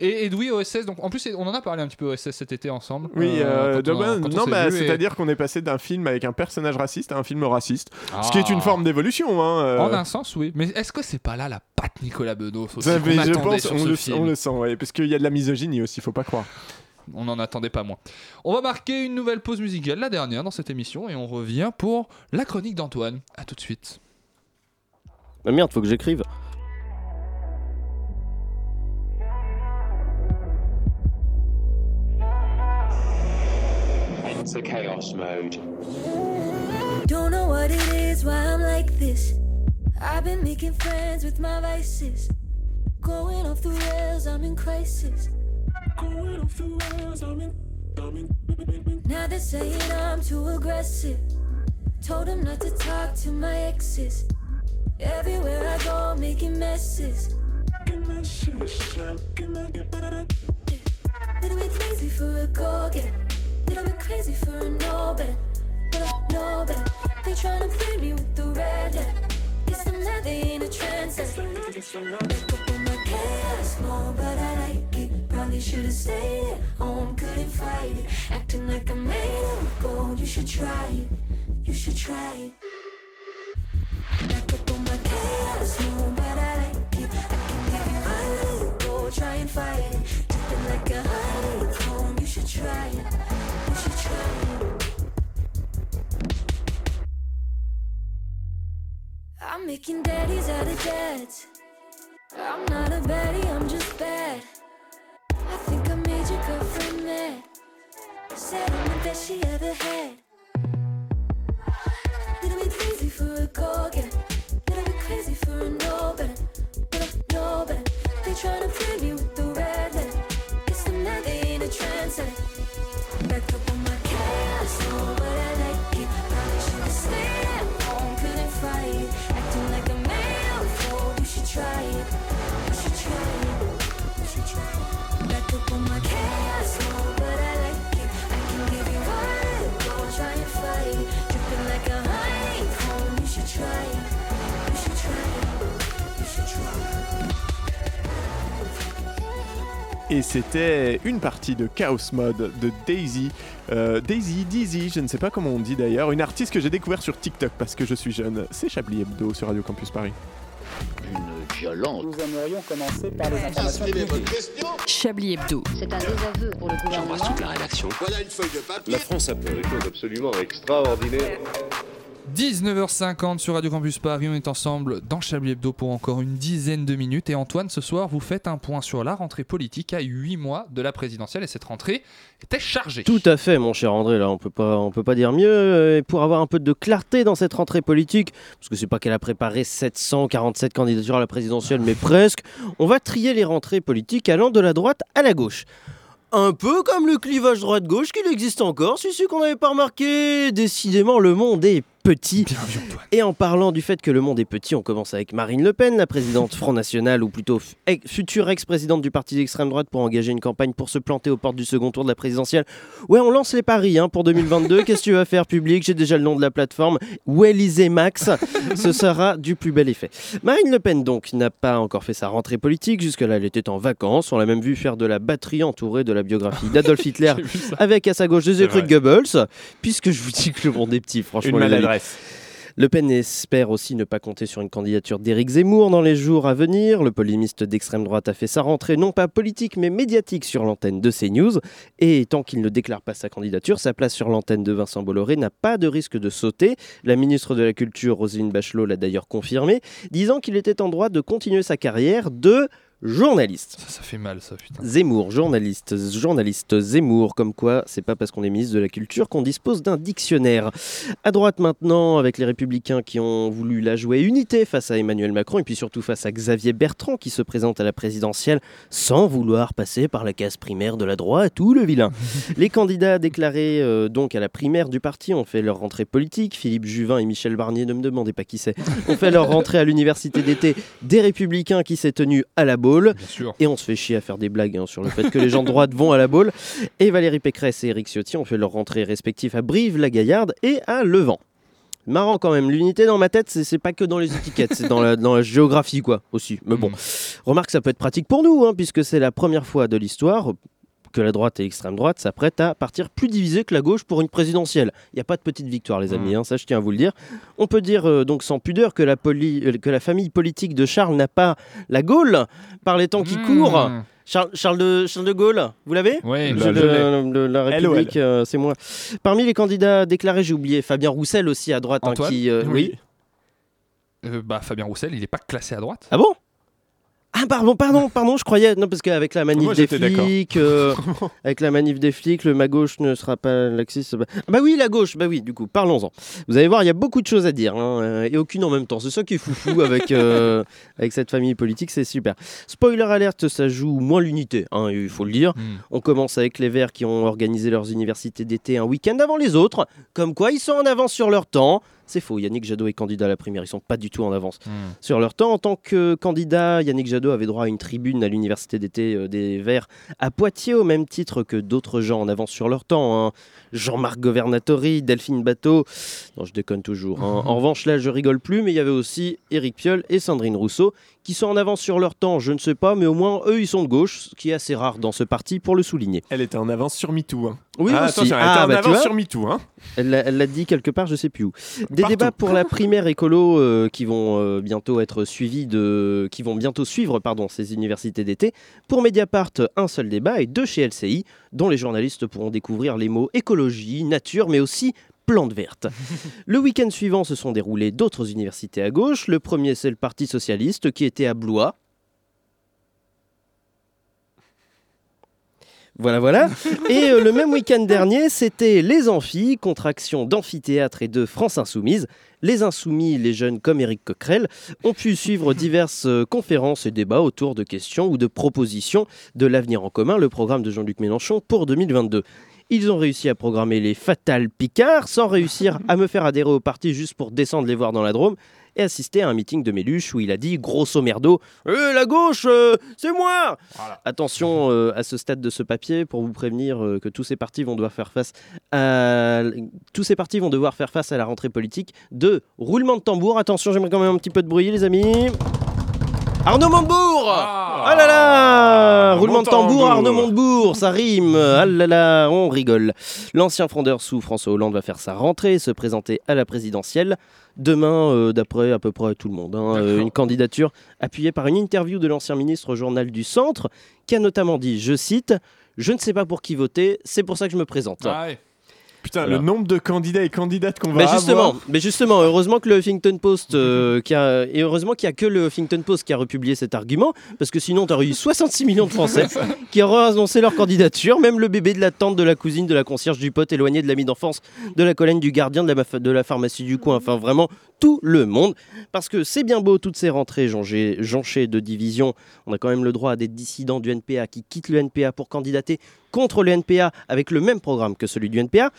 S2: Et Edoui OSS, donc en plus on en a parlé un petit peu OSS cet été ensemble.
S1: Oui,
S2: euh,
S1: euh,
S2: quand on-
S1: Domaine-
S2: quand on
S1: non,
S2: s'est
S1: bah,
S2: vu et-
S1: c'est-à-dire qu'on est passé d'un film avec un personnage raciste à un film raciste,
S2: Ah.
S1: ce qui est une forme d'évolution. Hein, euh.
S2: En un sens, oui. Mais est-ce que c'est pas là la patte Nicolas Bedos aussi
S1: Ça, Bah, mais
S2: qu'on
S1: je
S2: attendait
S1: pense,
S2: sur
S1: on
S2: ce
S1: le,
S2: film
S1: on le sent, ouais, parce qu'il y a de la misogynie aussi, faut pas croire.
S2: On n'en attendait pas moins. On va marquer une nouvelle pause musicale, la dernière dans cette émission, et on revient pour la chronique d'Antoine. A tout de suite.
S3: Ah merde, faut que j'écrive.
S12: Don't know what it is, why I'm like this. I've been making friends with my vices. Going off the rails, I'm in crisis. Going off the rails, I'm in. Now they're saying I'm too aggressive. Told them not to talk to my exes. Everywhere I go, making messes. Little bit crazy for a go get. Little bit crazy for a no bet. But I know that they tryna play me with the red light. Guess I'm not in a trance. Up on my chaos mode, but I like it. Probably should've stayed at home, couldn't fight it. Acting like I made out of gold. You should try it. You should try it. Back up on my chaos mode, but I like it. I can give you my little gold, try and fight it. Dripping like a honeycomb. You should try it. You should try it. I'm making daddies out of dads. I'm not a baddie, I'm just bad. I think I made your girlfriend mad. Said I'm the best she ever had. Little bit crazy for a go get. Little bit crazy for a no better. But I know better. They tryna play me with the red letter. Guess I'm not in a trance. and Back up on my chaos, oh, but I like it. Probably should've stayed at home, couldn't fight it. Acting like a man, oh, you should try it. You should try it. You should try it. Back up on my chaos, oh, but I like it. I can give you one, go try and fight it. Dripping like a honeycomb, you should try it. You should try it. You should try it.
S1: Et c'était une partie de Chaos Mode de Daisy. Euh, Daisy, Daisy, je ne sais pas comment on dit d'ailleurs, une artiste que j'ai découvert sur TikTok parce que je suis jeune. C'est Chablis Hebdo sur Radio Campus Paris.
S8: D'une violence.
S10: Nous aimerions commencer par les informations publiques.
S7: Chablis Hebdo.
S6: C'est un désaveu pour le gouvernement.
S4: La France a fait des choses absolument extraordinaires.
S2: 19h50 sur Radio Campus Paris, on est ensemble dans Chablis Hebdo pour encore une dizaine de minutes. Et Antoine, ce soir, vous faites un point sur la rentrée politique à 8 mois de la présidentielle, et cette rentrée était chargée.
S3: Tout à fait, mon cher André. Là, on peut pas, on peut pas dire mieux. Euh, Et pour avoir un peu de clarté dans cette rentrée politique, parce que c'est pas qu'elle a préparé 747 candidatures à la présidentielle, mais presque, on va trier les rentrées politiques allant de la droite à la gauche. Un peu comme le clivage droite-gauche qu'il existe encore, c'est celui qu'on n'avait pas remarqué. Décidément, le monde est petit.
S2: Bien vu, Antoine.
S3: Et en parlant du fait que le monde est petit, on commence avec Marine Le Pen, la présidente Front National, ou plutôt f- ex- future ex-présidente du parti d'extrême droite, pour engager une campagne pour se planter aux portes du second tour de la présidentielle. Ouais, on lance les paris hein, pour 2022. Qu'est-ce que tu vas faire public J'ai déjà le nom de la plateforme. Wellisez Max. Ce sera du plus bel effet. Marine Le Pen, donc, n'a pas encore fait sa rentrée politique. Jusque-là, elle était en vacances. On l'a même vu faire de la batterie entourée de la biographie d'Adolf Hitler,
S2: J'ai vu ça.
S3: avec à sa gauche
S1: C'est
S3: Jésus-Christ
S1: vrai.
S3: Goebbels. Puisque je vous dis que le monde est petit, franchement.
S1: Une
S3: les amis.
S1: maladresse.
S3: Le Pen espère aussi ne pas compter sur une candidature d'Éric Zemmour dans les jours à venir. Le polémiste d'extrême droite a fait sa rentrée non pas politique mais médiatique sur l'antenne de CNews. Et tant qu'il ne déclare pas sa candidature, sa place sur l'antenne de Vincent Bolloré n'a pas de risque de sauter. La ministre de la Culture, Roselyne Bachelot, l'a d'ailleurs confirmé, disant qu'il était en droit de continuer sa carrière de journaliste.
S2: Ça, ça fait mal, ça, putain.
S3: Zemmour, journaliste, journaliste Zemmour, comme quoi c'est pas parce qu'on est ministre de la Culture qu'on dispose d'un dictionnaire. À droite maintenant, avec les Républicains qui ont voulu la jouer unité face à Emmanuel Macron et puis surtout face à Xavier Bertrand qui se présente à la présidentielle sans vouloir passer par la case primaire de la droite ou le vilain. les candidats déclarés euh, donc à la primaire du parti ont fait leur rentrée politique. Philippe Juvin et Michel Barnier, ne me demandez pas qui c'est, ont fait leur rentrée à l'université d'été des Républicains qui s'est tenue à la Baule. Et on se fait chier à faire des blagues hein, sur le fait que les gens de droite vont à la Baule. Et Valérie Pécresse et Éric Ciotti ont fait leur rentrée respective à Brive-la-Gaillarde et à Levant. Marrant quand même, l'unité dans ma tête, c'est- c'est pas que dans les étiquettes, c'est dans la, dans la géographie quoi aussi. Mais bon, remarque, ça peut être pratique pour nous, hein, puisque c'est la première fois de l'histoire que la droite et l'extrême droite s'apprêtent à partir plus divisée que la gauche pour une présidentielle. Il n'y a pas de petite victoire, les amis, hein, ça je tiens à vous le dire. On peut dire euh, donc sans pudeur que la, poli- euh, que la famille politique de Charles n'a pas la Gaule par les temps qui
S2: Mhm. Mmh.
S3: courent. Charles, Charles de, Charles de Gaulle, vous l'avez
S2: Oui,
S3: Monsieur
S2: bah,
S3: de-
S2: je
S3: de la République, euh, c'est moi. Parmi les candidats déclarés, j'ai oublié Fabien Roussel aussi à droite, hein,
S2: Antoine
S3: qui euh, oui.
S2: Euh, bah, Fabien Roussel, il est pas classé à droite.
S3: Ah bon Ah pardon, pardon, pardon, je croyais. Non, parce qu'avec la manif
S2: Moi,
S3: des
S2: j'étais d'accord.
S3: flics, euh, avec la manif des flics, le ma gauche ne sera pas laxiste. Bah, ah bah oui, la gauche, bah oui, du coup, parlons-en. Vous allez voir, il y a beaucoup de choses à dire, hein, euh, et aucune en même temps. C'est ça qui est foufou avec, euh, avec cette famille politique, c'est super. Spoiler alerte, ça joue moins l'unité, hein, il faut le dire.
S2: Mmh,
S3: On commence avec les Verts qui ont organisé leurs universités d'été un week-end avant les autres, comme quoi ils sont en avance sur leur temps. C'est faux, Yannick Jadot est candidat à la primaire, ils sont pas du tout en
S2: mmh.
S3: avance sur leur temps. En tant que candidat, Yannick Jadot avait droit à une tribune à l'université d'été euh, des Verts à Poitiers, au même titre que d'autres gens en avance sur leur temps. hein. Jean-Marc Governatori, Delphine Bateau. Non, je déconne toujours. hein. En revanche, là, je rigole plus, mais il y avait aussi Éric Piolle et Sandrine Rousseau qui sont en avance sur leur temps, je ne sais pas, mais au moins eux, ils sont de gauche, ce qui est assez rare dans ce parti pour le souligner.
S1: Elle était en avance sur MeToo. hein.
S3: Oui,
S1: Ah,
S3: aussi.
S1: attention, elle était
S3: Ah,
S1: en
S3: bah, tu
S1: avance
S3: vois.
S1: sur MeToo. Hein.
S3: Elle l'a- elle l'a dit quelque part, je sais plus où. Des débats pour la primaire écolo euh, qui vont euh, bientôt être suivis de, qui vont bientôt suivre pardon ces universités d'été. Pour Mediapart, un seul débat et deux chez LCI, dont les journalistes pourront découvrir les mots écologie, nature, mais aussi plante verte. Le week-end suivant se sont déroulés d'autres universités à gauche. Le premier, c'est le Parti socialiste qui était à Blois. Voilà, voilà. Et euh, le même week-end dernier, c'était les amphis, contraction d'amphithéâtre et de France Insoumise. Les insoumis, les jeunes comme Éric Coquerel, ont pu suivre diverses euh, conférences et débats autour de questions ou de propositions de l'avenir en commun, le programme de Jean-Luc Mélenchon pour 2022. Ils ont réussi à programmer les Fatal Picards sans réussir à me faire adhérer au parti juste pour descendre les voir dans la Drôme et assister à un meeting de Méluche où il a dit grosso merdo Eh, la gauche, euh, c'est moi Attention euh, à ce stade de ce papier pour vous prévenir euh, que tous ces partis vont devoir faire face à tous ces partis vont devoir faire face à la rentrée politique de roulement de tambour. Attention, j'aimerais quand même un petit peu de bruit, les amis. Arnaud Montebourg ah, là
S1: Ah,
S3: là Roulement de tambour, Arnaud Montebourg, ça rime Ah là là, on rigole L'ancien frondeur sous François Hollande va faire sa rentrée et se présenter à la présidentielle. Demain, euh, d'après à peu près tout le monde, hein, euh, une candidature appuyée par une interview de l'ancien ministre au journal du Centre, qui a notamment dit, je cite, « Je ne sais pas pour qui voter, c'est pour ça que je me présente.
S2: Ah,
S1: Putain,
S3: Voilà.
S1: le nombre de candidats et candidates qu'on va
S3: Mais justement,
S1: avoir.
S3: mais justement, heureusement que le Huffington Post euh, qui a, et heureusement qu'il n'y a que le Huffington Post qui a republié cet argument, parce que sinon t'aurais eu 66 millions de Français qui auraient annoncé leur candidature, même le bébé de la tante, de la cousine, de la concierge, du pote éloigné de l'ami d'enfance, de la colonne du gardien, de la, maf- de la pharmacie du coin, enfin vraiment tout le monde, parce que c'est bien beau toutes ces rentrées jonchées jonchées de division, on a quand même le droit à des dissidents du NPA qui quittent le NPA pour candidater contre le NPA avec le même programme que celui du NPA.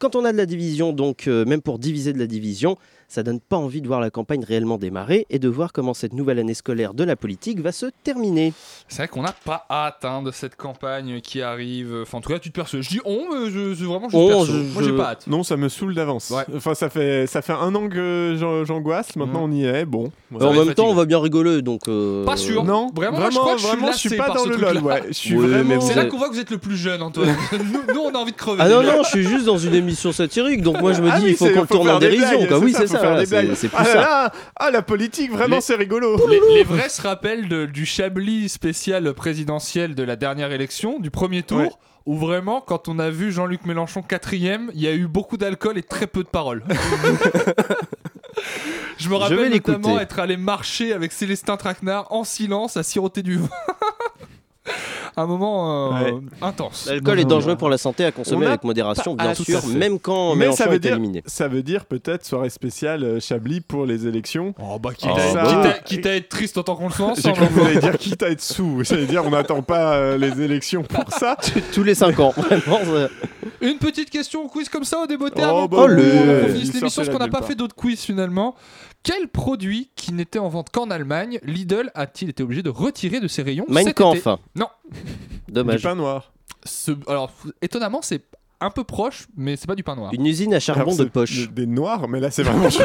S3: Quand on a de la division, donc euh, même pour diviser de la division, ça donne pas envie de voir la campagne réellement démarrer et de voir comment cette nouvelle année scolaire de la politique va se terminer.
S2: C'est vrai qu'on n'a pas hâte hein, de cette campagne qui arrive. Enfin, en tout cas, tu te perçois. Je dis on, mais je, je- vraiment, je
S3: Oh,
S2: te perso. Moi, j'ai pas hâte.
S1: euh, Non, ça me saoule d'avance. Enfin, ça fait, ça fait un an que j'an- j'angoisse. Maintenant,
S3: Mhm.
S1: on y est. Bon.
S3: Mais en même temps, on va bien rigoler, donc. euh,
S2: Pas sûr.
S1: Non,
S2: vraiment,
S1: vraiment,
S2: je crois que
S1: vraiment,
S2: je suis, lassé
S1: pas
S2: par
S1: dans
S2: ce
S1: le
S2: truc-là.
S1: lol. Ouais, je suis
S3: Ouais, mais
S1: vraiment.
S2: C'est
S3: vous
S2: là
S3: avez-
S2: qu'on voit que vous êtes le plus jeune, Antoine. nous, nous, on a envie de crever.
S3: Ah non,
S2: déjà.
S3: non, je suis juste dans une émission satirique, donc moi je me dis,
S1: Ah oui,
S3: il faut
S1: c'est-
S3: qu'on tourne
S1: faire
S3: en
S1: des
S3: dérision.
S1: blagues,
S3: quoi. Oui, c'est
S1: faut
S3: ça,
S1: faire
S3: voilà,
S1: des
S3: c'est
S1: blagues.
S3: c'est plus
S1: ah, là
S3: ça.
S1: là, ah, la politique, vraiment,
S2: Les-
S1: c'est rigolo.
S2: Les, les vrais se rappellent de- du Chablis spécial présidentiel de la dernière élection, du premier tour, où vraiment, quand on a vu Jean-Luc Mélenchon quatrième, il y a eu beaucoup d'alcool et très peu de paroles. Je me
S3: Je
S2: rappelle
S3: vais l'écouter.
S2: notamment être allé marcher avec Célestin Traquenard en silence à siroter du vin. Un moment euh,
S3: Ouais.
S2: intense.
S3: L'alcool est dangereux pour la santé à consommer
S1: Mmh. On a
S3: avec modération,
S1: pas-
S3: bien
S1: ah, tout à
S3: sûr,
S1: fait.
S3: même quand
S1: Mais
S3: Mélenchon
S1: ça veut
S3: est
S1: dire,
S3: éliminé.
S1: ça veut dire peut-être soirée spéciale euh, Chablis pour les élections.
S2: Oh bah
S1: Oh,
S3: Ah,
S2: quitte, à,
S1: bah.
S2: quitte à- quitte à être triste autant qu'on le sent
S1: J'ai
S2: ensemble.
S1: cru que vous alliez dire quitte à être sous. Ça veut dire on n'attend pas euh, les élections pour ça.
S3: Tous les 5 ans, vraiment. euh, ça-
S2: Une petite question au quiz comme ça au déboté
S1: Oh,
S2: avant
S1: bah
S2: qu'on-
S1: oui,
S2: qu'on
S1: oui,
S2: finisse
S1: sortez
S2: l'émission parce
S1: la
S2: qu'on n'a
S1: nulle
S2: pas
S1: part.
S2: fait d'autres quiz finalement. Quel produit qui n'était en vente qu'en Allemagne, Lidl a-t-il été obligé de retirer de ses rayons
S3: Mein
S2: cet
S3: Kampf.
S2: été Non.
S1: Du
S3: Dommage.
S1: pain noir.
S2: Ce- Alors étonnamment c'est un peu proche mais c'est pas du pain noir.
S3: Une usine à charbon
S1: Alors,
S3: de
S1: c'est
S3: poche.
S1: Des noirs, mais là c'est vraiment chaud.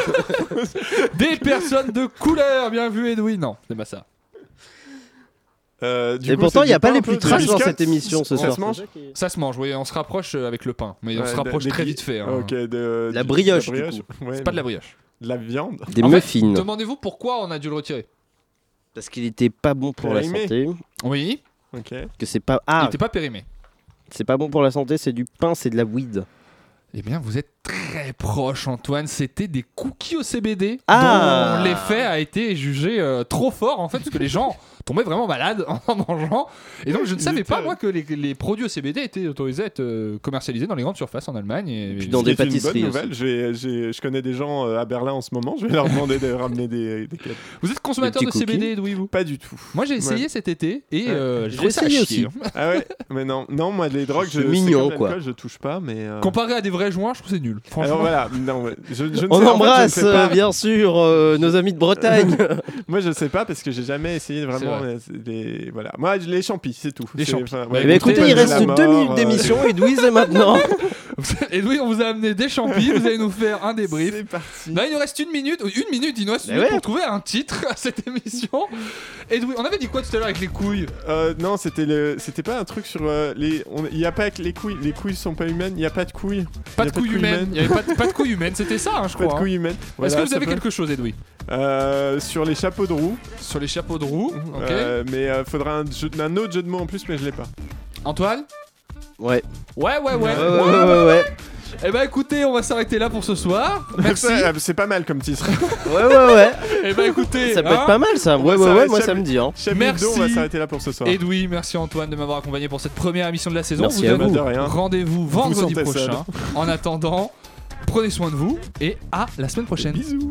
S2: Des personnes de couleur, bien vu Edwin. Non, c'est pas ça.
S1: Euh, du
S3: Et
S1: coup,
S3: pourtant,
S1: c'est
S3: il n'y a
S1: du
S3: pas
S1: pain
S3: les
S1: un peu,
S3: plus
S1: des
S3: trash dans
S1: biscuits.
S3: cette émission ce
S1: Ça
S3: soir.
S1: se mange
S2: Ça se mange, oui, on se rapproche euh, avec le pain, mais on
S1: Ouais,
S2: se
S1: des-
S2: rapproche
S1: des
S2: très
S1: gui-
S2: vite fait. hein.
S1: Ok, de-
S3: La
S1: du-
S3: brioche,
S1: la
S3: du coup.
S1: Ouais,
S2: C'est pas de la brioche.
S1: de la viande.
S3: Des
S2: En fait,
S3: muffins.
S2: Demandez-vous pourquoi on a dû le retirer.
S3: Parce qu'il était pas bon pour la
S1: Périmé.
S3: santé.
S2: Oui,
S1: Ok.
S3: Que c'est pas.
S2: il
S3: Ah,
S2: n'était pas périmé.
S3: c'est pas bon pour la santé, c'est du pain, c'est de la weed.
S2: Eh bien, vous êtes très proche, Antoine. C'était des cookies au CBD
S3: Ah.
S2: dont l'effet a été jugé euh, trop fort, en fait, parce que les gens tombaient vraiment malades en mangeant. Et donc, je ne savais pas, moi, que les, les produits au CBD étaient autorisés à être euh, commercialisés dans les grandes surfaces en Allemagne. Et,
S3: puis dans
S1: Ce
S3: des
S1: qui est une
S3: pâtisseries
S1: bonne nouvelle. J'ai- j'ai- je connais des gens euh, à Berlin en ce moment. Je vais leur demander de ramener des, des cadeaux.
S2: Vous êtes consommateur
S3: Des
S2: de
S3: petits
S2: CBD, Edoui, vous
S1: Pas du tout.
S2: Moi, j'ai essayé
S1: Ouais.
S2: cet été et
S1: Ouais.
S2: euh,
S3: J'ai
S2: j'ai ça à
S3: essayé
S2: chier.
S1: Ah ouais, mais non, non, moi les drogues,
S3: C'est
S1: je, c'est
S3: mignon,
S1: comme
S3: quoi.
S1: l'alcool, Je touche pas, mais. euh,
S2: Comparé à des vrais joints, je trouve que c'est nul. Franchement.
S1: Alors voilà, non, mais je, je ne sais- en fait,
S3: On
S1: je ne
S3: embrasse
S1: sais pas.
S3: euh, bien sûr euh, nos amis de Bretagne.
S1: Moi je sais pas parce que j'ai jamais essayé
S2: C'est
S1: vraiment
S2: vrai.
S1: les, les- voilà. Moi les champis, c'est tout.
S2: Les
S1: C'est-
S2: champis.
S1: enfin,
S2: Bah,
S3: Eh bien,
S2: écoutez,
S3: écoutez, il
S2: la
S3: reste
S2: mort,
S3: deux minutes
S1: euh,
S3: d'émission et Louise est maintenant.
S2: Edoui, on vous a amené des champis, vous allez nous faire un débrief.
S1: C'est parti.
S2: Non, il nous reste une minute, une minute, il nous reste une
S3: Mais
S2: minute
S3: ouais.
S2: pour trouver un titre à cette émission. Edoui, on avait dit quoi tout à l'heure avec les couilles
S1: Euh, non, c'était le, c'était pas un truc sur euh, les. on- Il y a pas que les couilles. Les couilles sont pas humaines. Il y a pas de couilles.
S2: Pas
S1: Il y
S2: de
S1: a
S2: couilles humaines, il y avait pas de, pas de couilles humaines, c'était ça, hein, je
S1: Pas
S2: crois.
S1: de
S2: hein.
S1: couilles humaines. Voilà,
S2: Est-ce que vous
S1: ça
S2: avez
S1: peut-
S2: quelque chose, Edoui
S1: Euh, sur les chapeaux de roue.
S2: Sur les chapeaux de roue, ok.
S1: Euh, mais euh, faudra un, jeu- un autre jeu de mots en plus, mais je l'ai pas.
S2: Antoine
S3: Ouais.
S2: Ouais, ouais, ouais.
S3: Ouais, ouais, ouais, ouais.
S2: Eh bah écoutez, on va s'arrêter là pour ce soir. Merci.
S1: Ça, euh, C'est pas mal comme titre.
S3: Ouais, ouais, ouais.
S2: Eh bah écoutez,
S3: Ça peut être
S2: hein,
S3: pas mal ça. Ouais,
S1: Ça
S3: ouais, ouais,
S1: reste
S3: moi ça
S1: jamais-
S3: me dit. Hein.
S1: Chef
S2: Merci.
S1: Hebdo, on va s'arrêter là pour ce soir.
S2: Edoui, merci Antoine de m'avoir accompagné pour cette première émission de la saison. vous
S3: Merci à
S2: donne
S1: vous. Bah, De rien.
S2: Rendez-vous vendredi
S1: sentez
S2: prochain. En attendant, prenez soin de vous et à la semaine prochaine.
S1: Bisous.